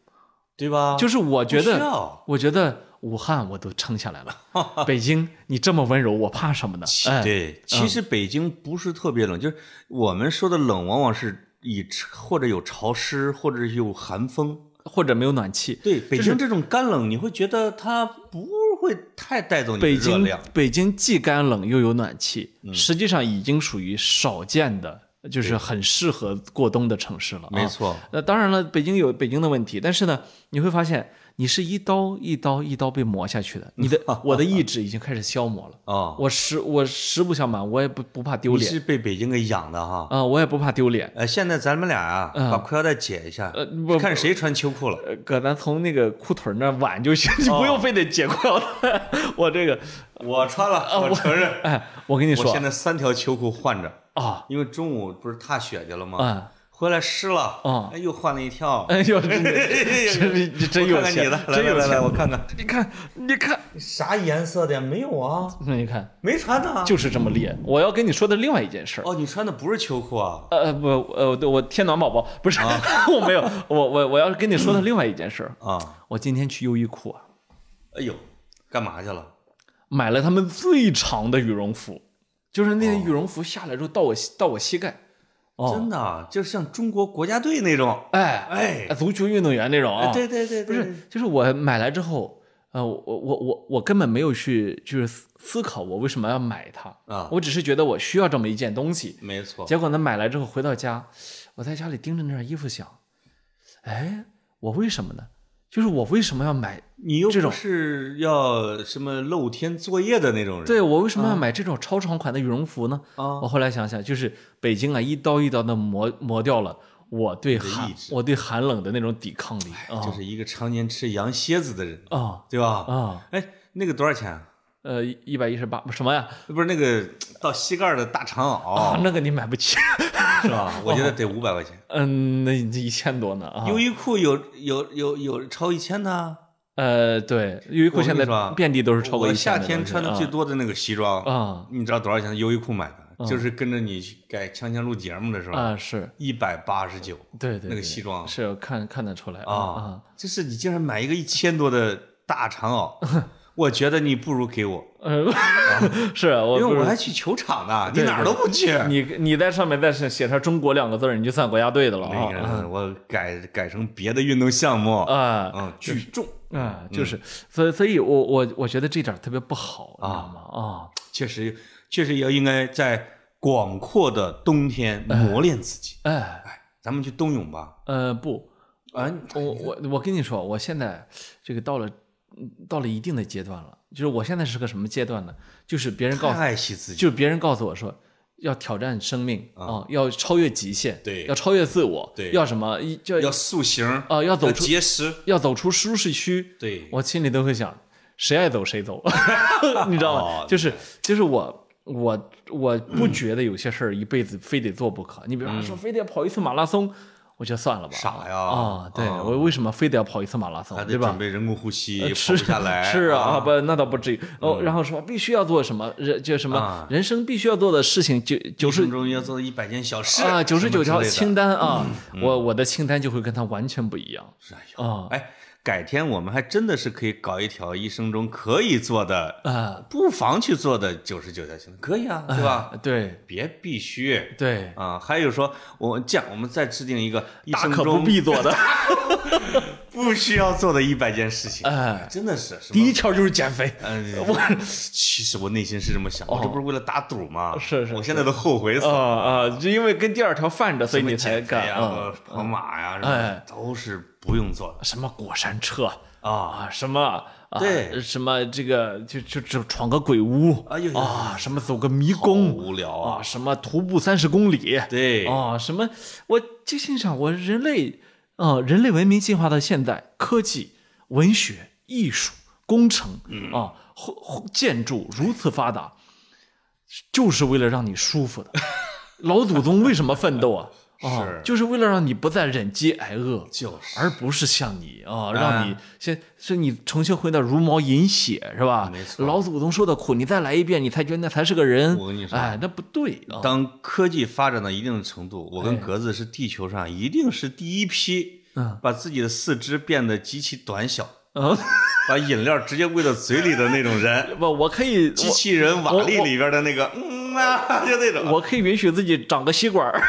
Speaker 1: 对吧？
Speaker 2: 就是我觉
Speaker 1: 啊不需
Speaker 2: 得
Speaker 1: 要，
Speaker 2: 我觉得武汉我都撑下来了，北京你这么温柔，我怕什么呢？哎，
Speaker 1: 对，其实北京不是特别冷，就是我们说的冷，往往是以或者有潮湿，或者是有寒风。
Speaker 2: 或者没有暖气。
Speaker 1: 对，北京这种干冷，你会觉得它不会太带走你的
Speaker 2: 北
Speaker 1: 热
Speaker 2: 京啊
Speaker 1: 量。嗯
Speaker 2: 北京既干冷又有暖气，实际上已经属于少见的，就是很适合过冬的城市了、啊。
Speaker 1: 没错，
Speaker 2: 那当然了，北京有北京的问题，但是呢，你会发现你是一刀一刀一刀被磨下去的，你 的我的意志已经开始消磨了。
Speaker 1: 啊，
Speaker 2: 我实我实不相瞒，我也不不怕丢
Speaker 1: 你
Speaker 2: 脸
Speaker 1: 是被北京给养的哈。
Speaker 2: 啊、我也不怕丢脸。
Speaker 1: 呃，现在咱们俩啊，把裤腰带解一下
Speaker 2: 呃，不
Speaker 1: 看谁穿秋裤了。
Speaker 2: 呃，搁咱从那个裤腿儿那儿挽就行，你不
Speaker 1: 哦
Speaker 2: 用非得解裤腰带。 我这个，
Speaker 1: 我穿了，我承认。
Speaker 2: 哎，我跟你
Speaker 1: 我
Speaker 2: 说
Speaker 1: 现在三条秋裤换着，
Speaker 2: 啊，
Speaker 1: 因为中午不是踏雪去了吗？
Speaker 2: 啊，
Speaker 1: 回来湿了，
Speaker 2: 啊
Speaker 1: 哎，又换了一条。
Speaker 2: 哎呦，真
Speaker 1: 嘿
Speaker 2: 的
Speaker 1: 嘿嘿嘿
Speaker 2: 真你真
Speaker 1: 我
Speaker 2: 有
Speaker 1: 看看
Speaker 2: 钱，
Speaker 1: 你的，来
Speaker 2: 真
Speaker 1: 来
Speaker 2: 有
Speaker 1: 来来，
Speaker 2: 钱。
Speaker 1: 我看看
Speaker 2: 你看，你看，
Speaker 1: 啥颜色的呀？没有啊，
Speaker 2: 那你看，
Speaker 1: 没穿呢。
Speaker 2: 就是这么烈。我要跟你说的另外一件事儿。
Speaker 1: 哦，你穿的不是秋裤啊？
Speaker 2: 呃不呃我我天暖宝宝不
Speaker 1: 哦
Speaker 2: 是、 我没有我我我要跟你说的另外一件事儿，
Speaker 1: 啊，
Speaker 2: 我今天去优衣库啊
Speaker 1: 哎呦，干嘛去了？
Speaker 2: 买了他们最长的羽绒服，就是那
Speaker 1: 哦
Speaker 2: 羽绒服下来之后到我膝到我膝盖，哦
Speaker 1: 真的啊，就像中国国家队那种。
Speaker 2: 哎
Speaker 1: 哎，
Speaker 2: 足球运动员那种啊，
Speaker 1: 哎对对对，
Speaker 2: 不
Speaker 1: 不
Speaker 2: 是，就是我买来之后，呃，我我我我根本没有去就是思思考我为什么要买它
Speaker 1: 啊
Speaker 2: 我只是觉得我需要这么一件东西。
Speaker 1: 没错，
Speaker 2: 结果呢，买来之后回到家，我在家里盯着那件衣服想，哎，我为什么呢？就是我为什么要买？
Speaker 1: 你又
Speaker 2: 这
Speaker 1: 不
Speaker 2: 种
Speaker 1: 是要什么露天作业的那种人。
Speaker 2: 对我为什么要买这种超长款的羽绒服呢？
Speaker 1: 啊
Speaker 2: 我后来想想，就是北京啊，一刀一刀的磨磨掉了我对
Speaker 1: 的
Speaker 2: 寒
Speaker 1: 意志
Speaker 2: 我对寒冷的那种抵抗力啊
Speaker 1: 哎就是一个常年吃羊蝎子的人，
Speaker 2: 啊
Speaker 1: 对吧？
Speaker 2: 啊！
Speaker 1: 哎，那个多少钱啊？
Speaker 2: 呃，一百一十八什么呀？
Speaker 1: 不是那个到膝盖的大长
Speaker 2: 啊，
Speaker 1: 袄
Speaker 2: 那个你买不起。
Speaker 1: 是吧？我觉得得五百块钱。
Speaker 2: 嗯，那那一千多呢啊。
Speaker 1: 优衣库有有有有超一千的啊，
Speaker 2: 呃，对，优衣库现
Speaker 1: 我跟
Speaker 2: 在
Speaker 1: 你说啊
Speaker 2: 遍地都是超过一
Speaker 1: 我
Speaker 2: 千
Speaker 1: 夏
Speaker 2: 的东西。
Speaker 1: 天穿的最多的那个西装，
Speaker 2: 啊
Speaker 1: 你知道多少钱？优衣库买的，就是跟着你去改锵锵录节目的时
Speaker 2: 啊
Speaker 1: 候，
Speaker 2: 啊是，
Speaker 1: 一百八十九
Speaker 2: 对对，
Speaker 1: 那
Speaker 2: 对
Speaker 1: 个西装
Speaker 2: 是看看得出来啊
Speaker 1: 啊，就是你竟然买一个一千多的大长 袄，我觉得你不如给我，
Speaker 2: 嗯，是我
Speaker 1: 因为
Speaker 2: 不
Speaker 1: 我
Speaker 2: 是
Speaker 1: 还去球场呢，你
Speaker 2: 对
Speaker 1: 哪儿都不去。
Speaker 2: 你你在上面再是写上中国两个字儿，你就算国家队的了
Speaker 1: 那
Speaker 2: 啊
Speaker 1: 个我改改成别的运动项目，
Speaker 2: 啊
Speaker 1: 嗯，举重
Speaker 2: 啊！就是，所以所以我我我觉得这点儿特别不好，
Speaker 1: 啊
Speaker 2: 你知道吗？啊
Speaker 1: 确实确实也应该在广阔的冬天磨练自己。
Speaker 2: 啊，哎
Speaker 1: 哎，咱们去冬泳吧。
Speaker 2: 呃不，
Speaker 1: 啊，
Speaker 2: 我我我跟你说，我现在这个到了嗯到了一定的阶段了，就是我现在是个什么阶段呢？就是别人告
Speaker 1: 太
Speaker 2: 诉，
Speaker 1: 爱惜自己，
Speaker 2: 就是别人告诉我说。要挑战生命啊、要超越极限，
Speaker 1: 对
Speaker 2: 要超越自我，
Speaker 1: 对
Speaker 2: 要什么？一就
Speaker 1: 要塑形啊
Speaker 2: 啊要走出
Speaker 1: 节食，
Speaker 2: 要走出舒适区，
Speaker 1: 对，
Speaker 2: 我心里都会想，谁爱走谁走， 你知道吗？
Speaker 1: 哦
Speaker 2: 就是就是我我我不觉得有些事儿一辈子非得做不可。你比方说，非得要跑一次马拉松，我觉得算了吧。
Speaker 1: 嗯傻呀
Speaker 2: 啊，对
Speaker 1: 啊
Speaker 2: 我为什么非得要跑一次马拉松
Speaker 1: 还，得
Speaker 2: 对吧
Speaker 1: 准？备人工呼吸，
Speaker 2: 吃
Speaker 1: 跑不下来，嗯
Speaker 2: 是啊，啊，不，那倒不至于。哦，然后什么必须要做什么，人就什么
Speaker 1: 啊
Speaker 2: 人生必须要做的事情，九九
Speaker 1: 一
Speaker 2: 十
Speaker 1: 分钟要做到一百件小事
Speaker 2: 啊九十九条
Speaker 1: 轻。
Speaker 2: 清单啊，我我的清单就会跟他完全不一样
Speaker 1: 嗯是哎呦
Speaker 2: 啊
Speaker 1: 哎，改天我们还真的是可以搞一条一生中可以做的，
Speaker 2: 啊，
Speaker 1: 不妨去做的九十九条行，可以啊，对吧？
Speaker 2: 对
Speaker 1: 别必须
Speaker 2: 对，
Speaker 1: 啊，还有说，我这样，我们再制定一个一
Speaker 2: 大
Speaker 1: 生
Speaker 2: 可不
Speaker 1: 中
Speaker 2: 必 做的。
Speaker 1: 不需要做的一百件事情，
Speaker 2: 哎
Speaker 1: 真的是什
Speaker 2: 第一
Speaker 1: 么？
Speaker 2: 条就是减 肥。
Speaker 1: 嗯，
Speaker 2: 我哦
Speaker 1: 其实我内心是这么想，我这不是为了打赌吗？
Speaker 2: 是是
Speaker 1: 我现在都后悔死
Speaker 2: 啊
Speaker 1: 了。
Speaker 2: 啊，就因为跟第二条犯着，所以
Speaker 1: 什么
Speaker 2: 你才
Speaker 1: 减肥
Speaker 2: 干
Speaker 1: 呀、
Speaker 2: 啊。
Speaker 1: 跑马呀、什
Speaker 2: 哎
Speaker 1: 么都是不用做的
Speaker 2: 什么过山车
Speaker 1: 啊。
Speaker 2: 啊，什么啊，
Speaker 1: 对
Speaker 2: 什么这个就就就闯个鬼屋，
Speaker 1: 哎呦呦
Speaker 2: 啊，什么走个迷
Speaker 1: 好
Speaker 2: 宫
Speaker 1: 无聊啊！
Speaker 2: 啊，什么徒步三十公里，
Speaker 1: 对，
Speaker 2: 啊，什么我就欣赏我人类啊，人类文明进化到现在，科技、文学、艺术、工程
Speaker 1: 嗯
Speaker 2: 啊，后后建筑如此发达，就是为了让你舒服的。老祖宗为什么 奋斗啊？啊，
Speaker 1: 是
Speaker 2: 就是为了让你不再忍饥挨饿，
Speaker 1: 就是
Speaker 2: 而不是像你啊，
Speaker 1: 啊
Speaker 2: 让你先是你重新回到茹毛饮血是吧？
Speaker 1: 没错
Speaker 2: 老祖宗受的苦，你再来一遍，你才觉得那才是个人。
Speaker 1: 我跟你说
Speaker 2: 哎，那不对啊。
Speaker 1: 当科技发展到一定的程
Speaker 2: 哎
Speaker 1: 度，我跟格子是地球上一定是第一批
Speaker 2: 嗯，
Speaker 1: 把自己的四肢变得极其短小，
Speaker 2: 嗯
Speaker 1: 把饮料直接喂到嘴里的那种人，
Speaker 2: 不， 我可以，
Speaker 1: 机器人瓦力里边的那个，嗯啊，就那种，
Speaker 2: 我我可以允许自己长个吸管儿。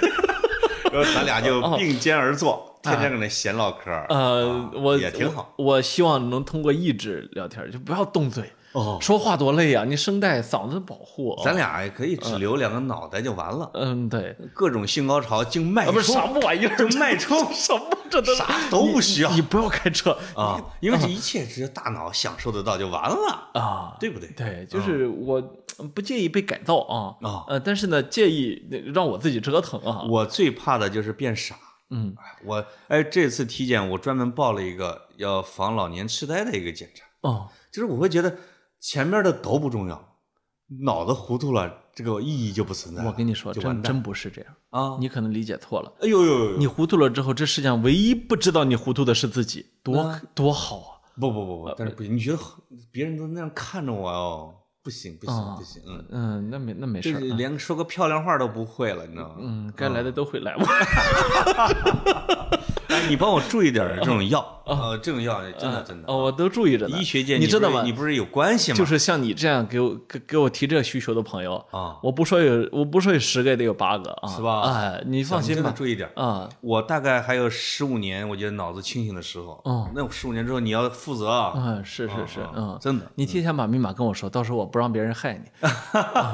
Speaker 1: 然后咱俩就
Speaker 2: 哦
Speaker 1: 并肩而坐，
Speaker 2: 嗯
Speaker 1: 天天搁那闲唠嗑儿，
Speaker 2: 呃
Speaker 1: 啊，
Speaker 2: 我
Speaker 1: 也挺好。
Speaker 2: 我。我希望能通过意志聊天儿，就不要动嘴。
Speaker 1: 哦，
Speaker 2: 说话多累啊！你声带、嗓子保护。哦
Speaker 1: 咱俩也可以只留两个脑袋就完了，
Speaker 2: 嗯，对，
Speaker 1: 各种性高潮静脉
Speaker 2: 啊，不是
Speaker 1: 冲
Speaker 2: 啥么玩意儿，
Speaker 1: 静脉冲
Speaker 2: 什么这都啥
Speaker 1: 都不需要
Speaker 2: 你不要开车
Speaker 1: 啊，因为这一切只有大脑享受得到就完了，
Speaker 2: 啊！
Speaker 1: 对不对？
Speaker 2: 对，就是我不介意被改造啊
Speaker 1: 啊
Speaker 2: 呃，但是呢，介意让我自己折腾啊。
Speaker 1: 我最怕的就是变傻。
Speaker 2: 嗯，
Speaker 1: 我哎，这次体检我专门报了一个要防老年痴呆的一个检查，
Speaker 2: 哦，
Speaker 1: 就是我会觉得前面的都不重要，脑子糊涂了，这个意义就不存在了。
Speaker 2: 我跟你说，
Speaker 1: 就完
Speaker 2: 真
Speaker 1: 蛋
Speaker 2: 真不是这样，
Speaker 1: 啊！
Speaker 2: 你可能理解错了。
Speaker 1: 哎呦呦呦！
Speaker 2: 你糊涂了之后，这世界上唯一不知道你糊涂的是自己，多
Speaker 1: 嗯
Speaker 2: 多好啊
Speaker 1: 不不不不，但是不行，你觉得别人都那样看着我哦，不行不行
Speaker 2: 啊
Speaker 1: 不行，
Speaker 2: 啊
Speaker 1: 嗯！，
Speaker 2: 嗯，那没那没
Speaker 1: 就
Speaker 2: 事
Speaker 1: 是
Speaker 2: 儿，
Speaker 1: 连说个漂亮话都不会了，你知道吗？
Speaker 2: 嗯，该来的都会来。
Speaker 1: 哎，你帮我注意点儿这种 药，呃，这种药真的真的，
Speaker 2: 哦哦，我都注意着呢。
Speaker 1: 医学界
Speaker 2: 你知道
Speaker 1: 不是
Speaker 2: 吗
Speaker 1: 你？不是有关系吗？
Speaker 2: 就是像你这样给我给给我提这个需求的朋友，
Speaker 1: 啊，
Speaker 2: 我不说有我不说有十个也得有八个啊，
Speaker 1: 是吧
Speaker 2: 哎，你放心
Speaker 1: 咱们真的
Speaker 2: 吧，
Speaker 1: 注意点儿。
Speaker 2: 啊，
Speaker 1: 我大概还有十五年，我觉得脑子清醒的时候。
Speaker 2: 嗯，
Speaker 1: 那十五年之后你要负责啊。
Speaker 2: 嗯，是是是，嗯，
Speaker 1: 哦真的。
Speaker 2: 你提前把密码跟我说，到时候我不让别人害 你。啊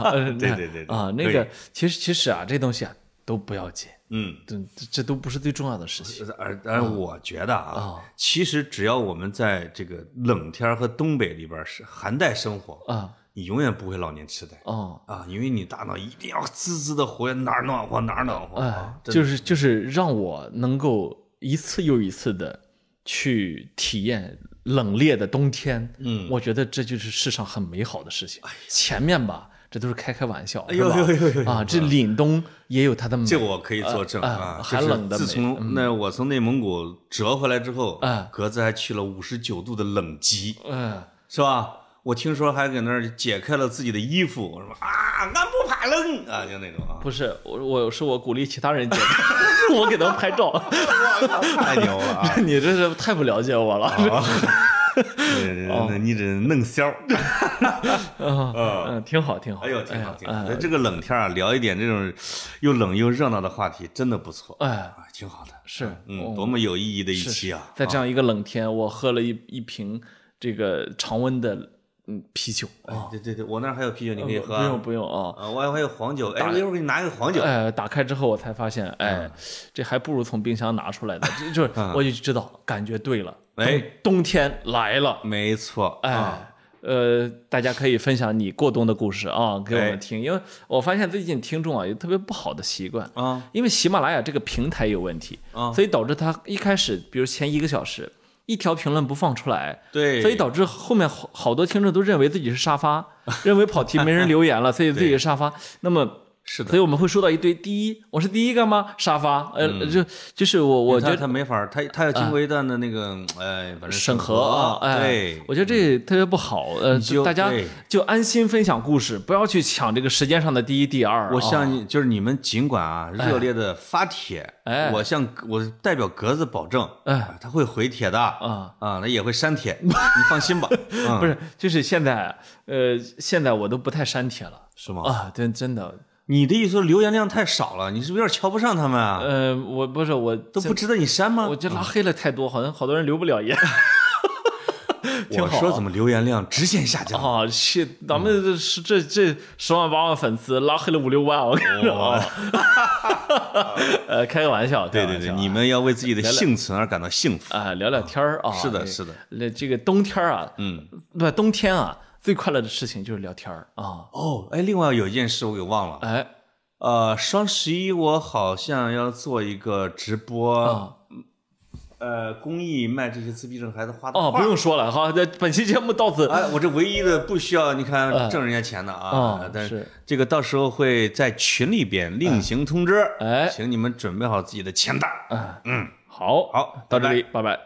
Speaker 2: 呃
Speaker 1: 对
Speaker 2: 那
Speaker 1: 对对对
Speaker 2: 啊，
Speaker 1: 可
Speaker 2: 那
Speaker 1: 以
Speaker 2: 个其实其实啊，这东西啊都不要紧，
Speaker 1: 嗯，
Speaker 2: 这这这都不是最重要的事情。
Speaker 1: 而而
Speaker 2: 嗯
Speaker 1: 我觉得
Speaker 2: 哦
Speaker 1: 啊，其实只要我们在这个冷天儿和东北里边儿是寒带生活，
Speaker 2: 啊
Speaker 1: 你永远不会老年痴呆
Speaker 2: 哦，
Speaker 1: 啊，因为你大脑一定要滋滋的活跃，哪儿暖和哪儿暖和
Speaker 2: 哎
Speaker 1: 啊，，真的
Speaker 2: 就是就是让我能够一次又一次的去体验冷冽的冬天，
Speaker 1: 嗯
Speaker 2: 我觉得这就是世上很美好的事情。前面吧，这都是开开玩笑，
Speaker 1: 哎呦
Speaker 2: 是吧
Speaker 1: 呦呦呦嗯呦
Speaker 2: 啊，这凛冬也有它的美，
Speaker 1: 这我可以作证
Speaker 2: 呃
Speaker 1: 啊
Speaker 2: 呃，
Speaker 1: 就是
Speaker 2: 寒冷的
Speaker 1: 自
Speaker 2: 美
Speaker 1: 从那我从内蒙古折回来之后
Speaker 2: 啊，
Speaker 1: 格子还去了五十九度的冷极。
Speaker 2: 嗯。
Speaker 1: 是吧？我听说还搁那儿解开了自己的衣服，我说啊，俺不怕冷啊，就那种啊，
Speaker 2: 不是我，我是我鼓励其他人 剪，是 我给他们拍照。
Speaker 1: 啊太牛了啊！
Speaker 2: 你这是太不了解我了。哦
Speaker 1: 那你这弄笑，
Speaker 2: 嗯，挺好，挺好。
Speaker 1: 哎呦，挺好挺
Speaker 2: 哎
Speaker 1: 好。这个冷天儿啊，聊一点这种又冷又热闹的话题，真的不错，
Speaker 2: 哎，哦
Speaker 1: 啊，挺好的。
Speaker 2: 是，
Speaker 1: 嗯，多么有意义的一期啊！
Speaker 2: 在这样一个冷天，我喝了一一瓶这个常温的嗯啤酒啊，
Speaker 1: 哎对对对，我那儿还有啤酒，哦你可以喝
Speaker 2: 不
Speaker 1: 啊。
Speaker 2: 用不用啊。
Speaker 1: 啊，我还有黄酒，哎，我一会儿给你拿个黄酒。嗯
Speaker 2: 哎，打开之后我才发现，哎，这还不如从冰箱拿出来的，就就是我就知道，感觉对了，
Speaker 1: 哎
Speaker 2: 冬，冬天来了，
Speaker 1: 没错，啊，
Speaker 2: 哎，呃，大家可以分享你过冬的故事啊，给我
Speaker 1: 哎
Speaker 2: 们听，因为我发现最近听众啊有特别不好的习惯，
Speaker 1: 啊
Speaker 2: 因为喜马拉雅这个平台有问题，
Speaker 1: 啊
Speaker 2: 所以导致它一开始，比如前一个小时一条评论不放出来，
Speaker 1: 对，
Speaker 2: 所以导致后面好好多听众都认为自己是 沙发，认为跑题没人留言了，所以自己是沙发。那么。
Speaker 1: 是的
Speaker 2: 所以我们会收到一堆第一，我是第一个吗？沙发，呃，
Speaker 1: 嗯
Speaker 2: 就就是我，
Speaker 1: 我
Speaker 2: 我觉
Speaker 1: 觉得
Speaker 2: 得嗯
Speaker 1: 他没法儿，他他要经过一段的那个，哎，反正
Speaker 2: 审
Speaker 1: 核
Speaker 2: 核啊，哎，
Speaker 1: 对，嗯
Speaker 2: 我觉得这特别不好，呃，
Speaker 1: 就
Speaker 2: 大家
Speaker 1: 对
Speaker 2: 就安心分享故事，不要去抢这个时间上的第一、第二啊。
Speaker 1: 我向你就是你们尽管啊热烈的发帖，
Speaker 2: 哎
Speaker 1: 我向我代表格子保证，
Speaker 2: 哎，
Speaker 1: 他会回帖的啊啊，他也会删 帖，你放心吧，嗯
Speaker 2: 不是，就是现在，呃，现在我都不太删帖了
Speaker 1: 是吗？
Speaker 2: 啊，真真的，
Speaker 1: 你的意思说留言量太少了，你是不是有点瞧不上他们啊？
Speaker 2: 呃，我不是我
Speaker 1: 都不值得你删吗
Speaker 2: 我？就拉黑了太多，好像好多人留不了言。挺
Speaker 1: 我
Speaker 2: 好
Speaker 1: 说怎么留言量直线下降？
Speaker 2: 啊，是咱们
Speaker 1: 嗯
Speaker 2: 这是这这十万八万粉丝拉黑了五六万，我跟你说啊， 呃，开个玩笑，
Speaker 1: 对
Speaker 2: 开
Speaker 1: 对
Speaker 2: 个玩
Speaker 1: 对，
Speaker 2: 笑
Speaker 1: 你们要为自己的幸存而感到幸福。
Speaker 2: 啊，聊聊天儿啊，
Speaker 1: 是的
Speaker 2: 这
Speaker 1: 是的，
Speaker 2: 那这个冬天儿啊，
Speaker 1: 嗯，
Speaker 2: 不，冬天啊，最快乐的事情就是聊天儿啊，
Speaker 1: 哦，哎，另外有一件事我给忘了，
Speaker 2: 哎，
Speaker 1: 呃，双十一我好像要做一个直播，
Speaker 2: 啊，
Speaker 1: 呃，公益卖这些自闭症孩子画的
Speaker 2: 哦，
Speaker 1: 画
Speaker 2: 不。用说了哈，这本期节目到此，
Speaker 1: 哎，我这唯一的不需要你看挣人家钱的啊，
Speaker 2: 嗯哦
Speaker 1: 但
Speaker 2: 是嗯
Speaker 1: 这个到时候会在群里边另行通知，
Speaker 2: 哎
Speaker 1: 请你们准备好自己的钱袋。
Speaker 2: 好，
Speaker 1: 好，
Speaker 2: 到这
Speaker 1: 拜拜
Speaker 2: 里，拜拜。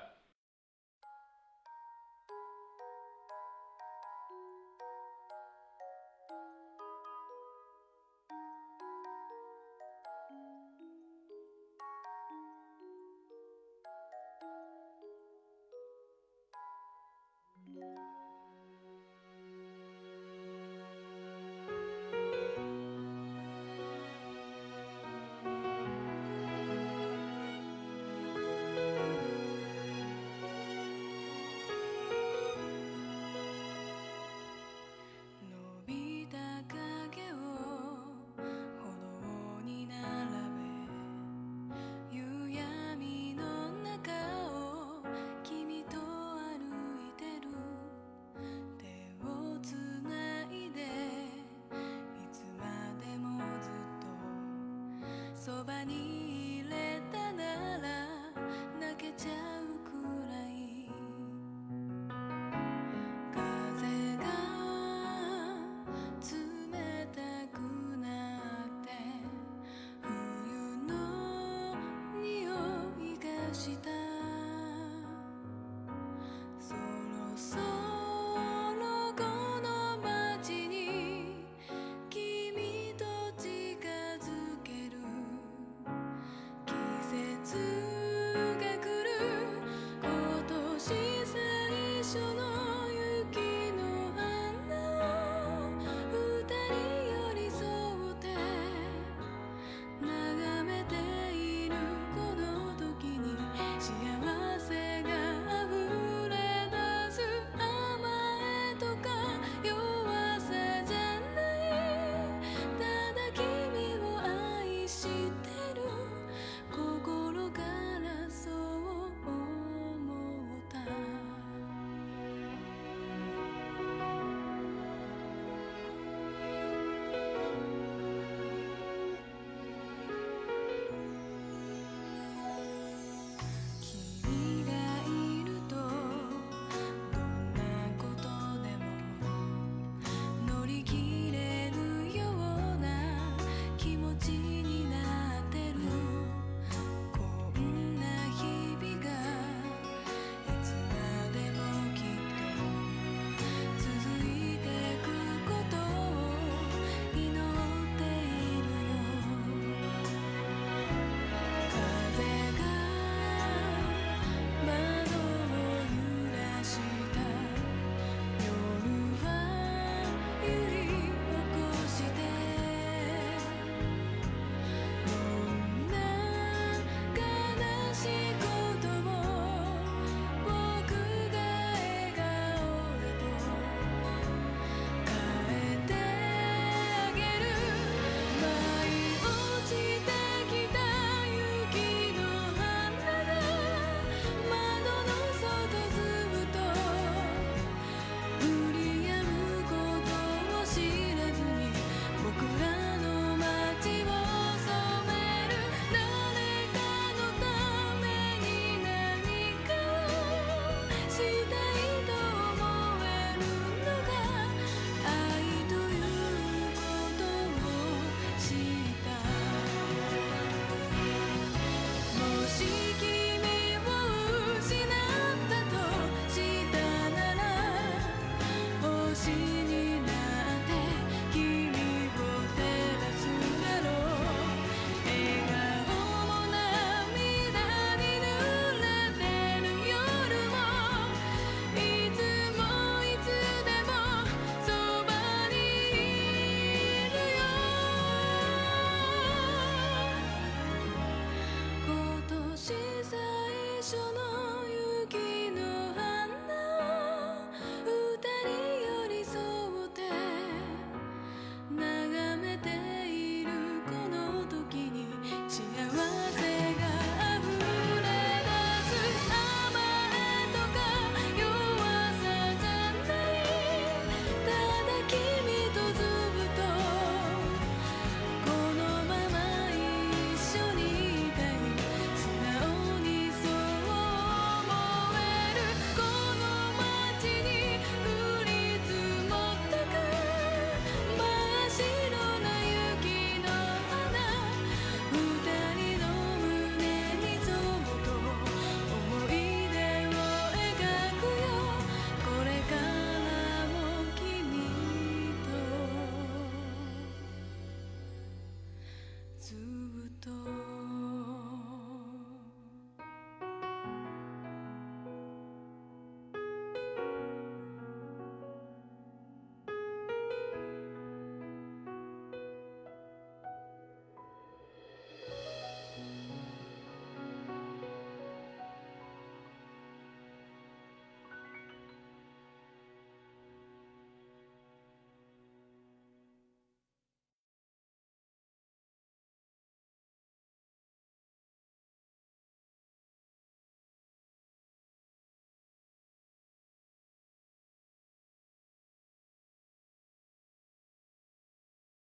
Speaker 3: 伸びた影を歩道に並べ夕闇の中を君と歩いてる手をつないでいつまでもずっとそばに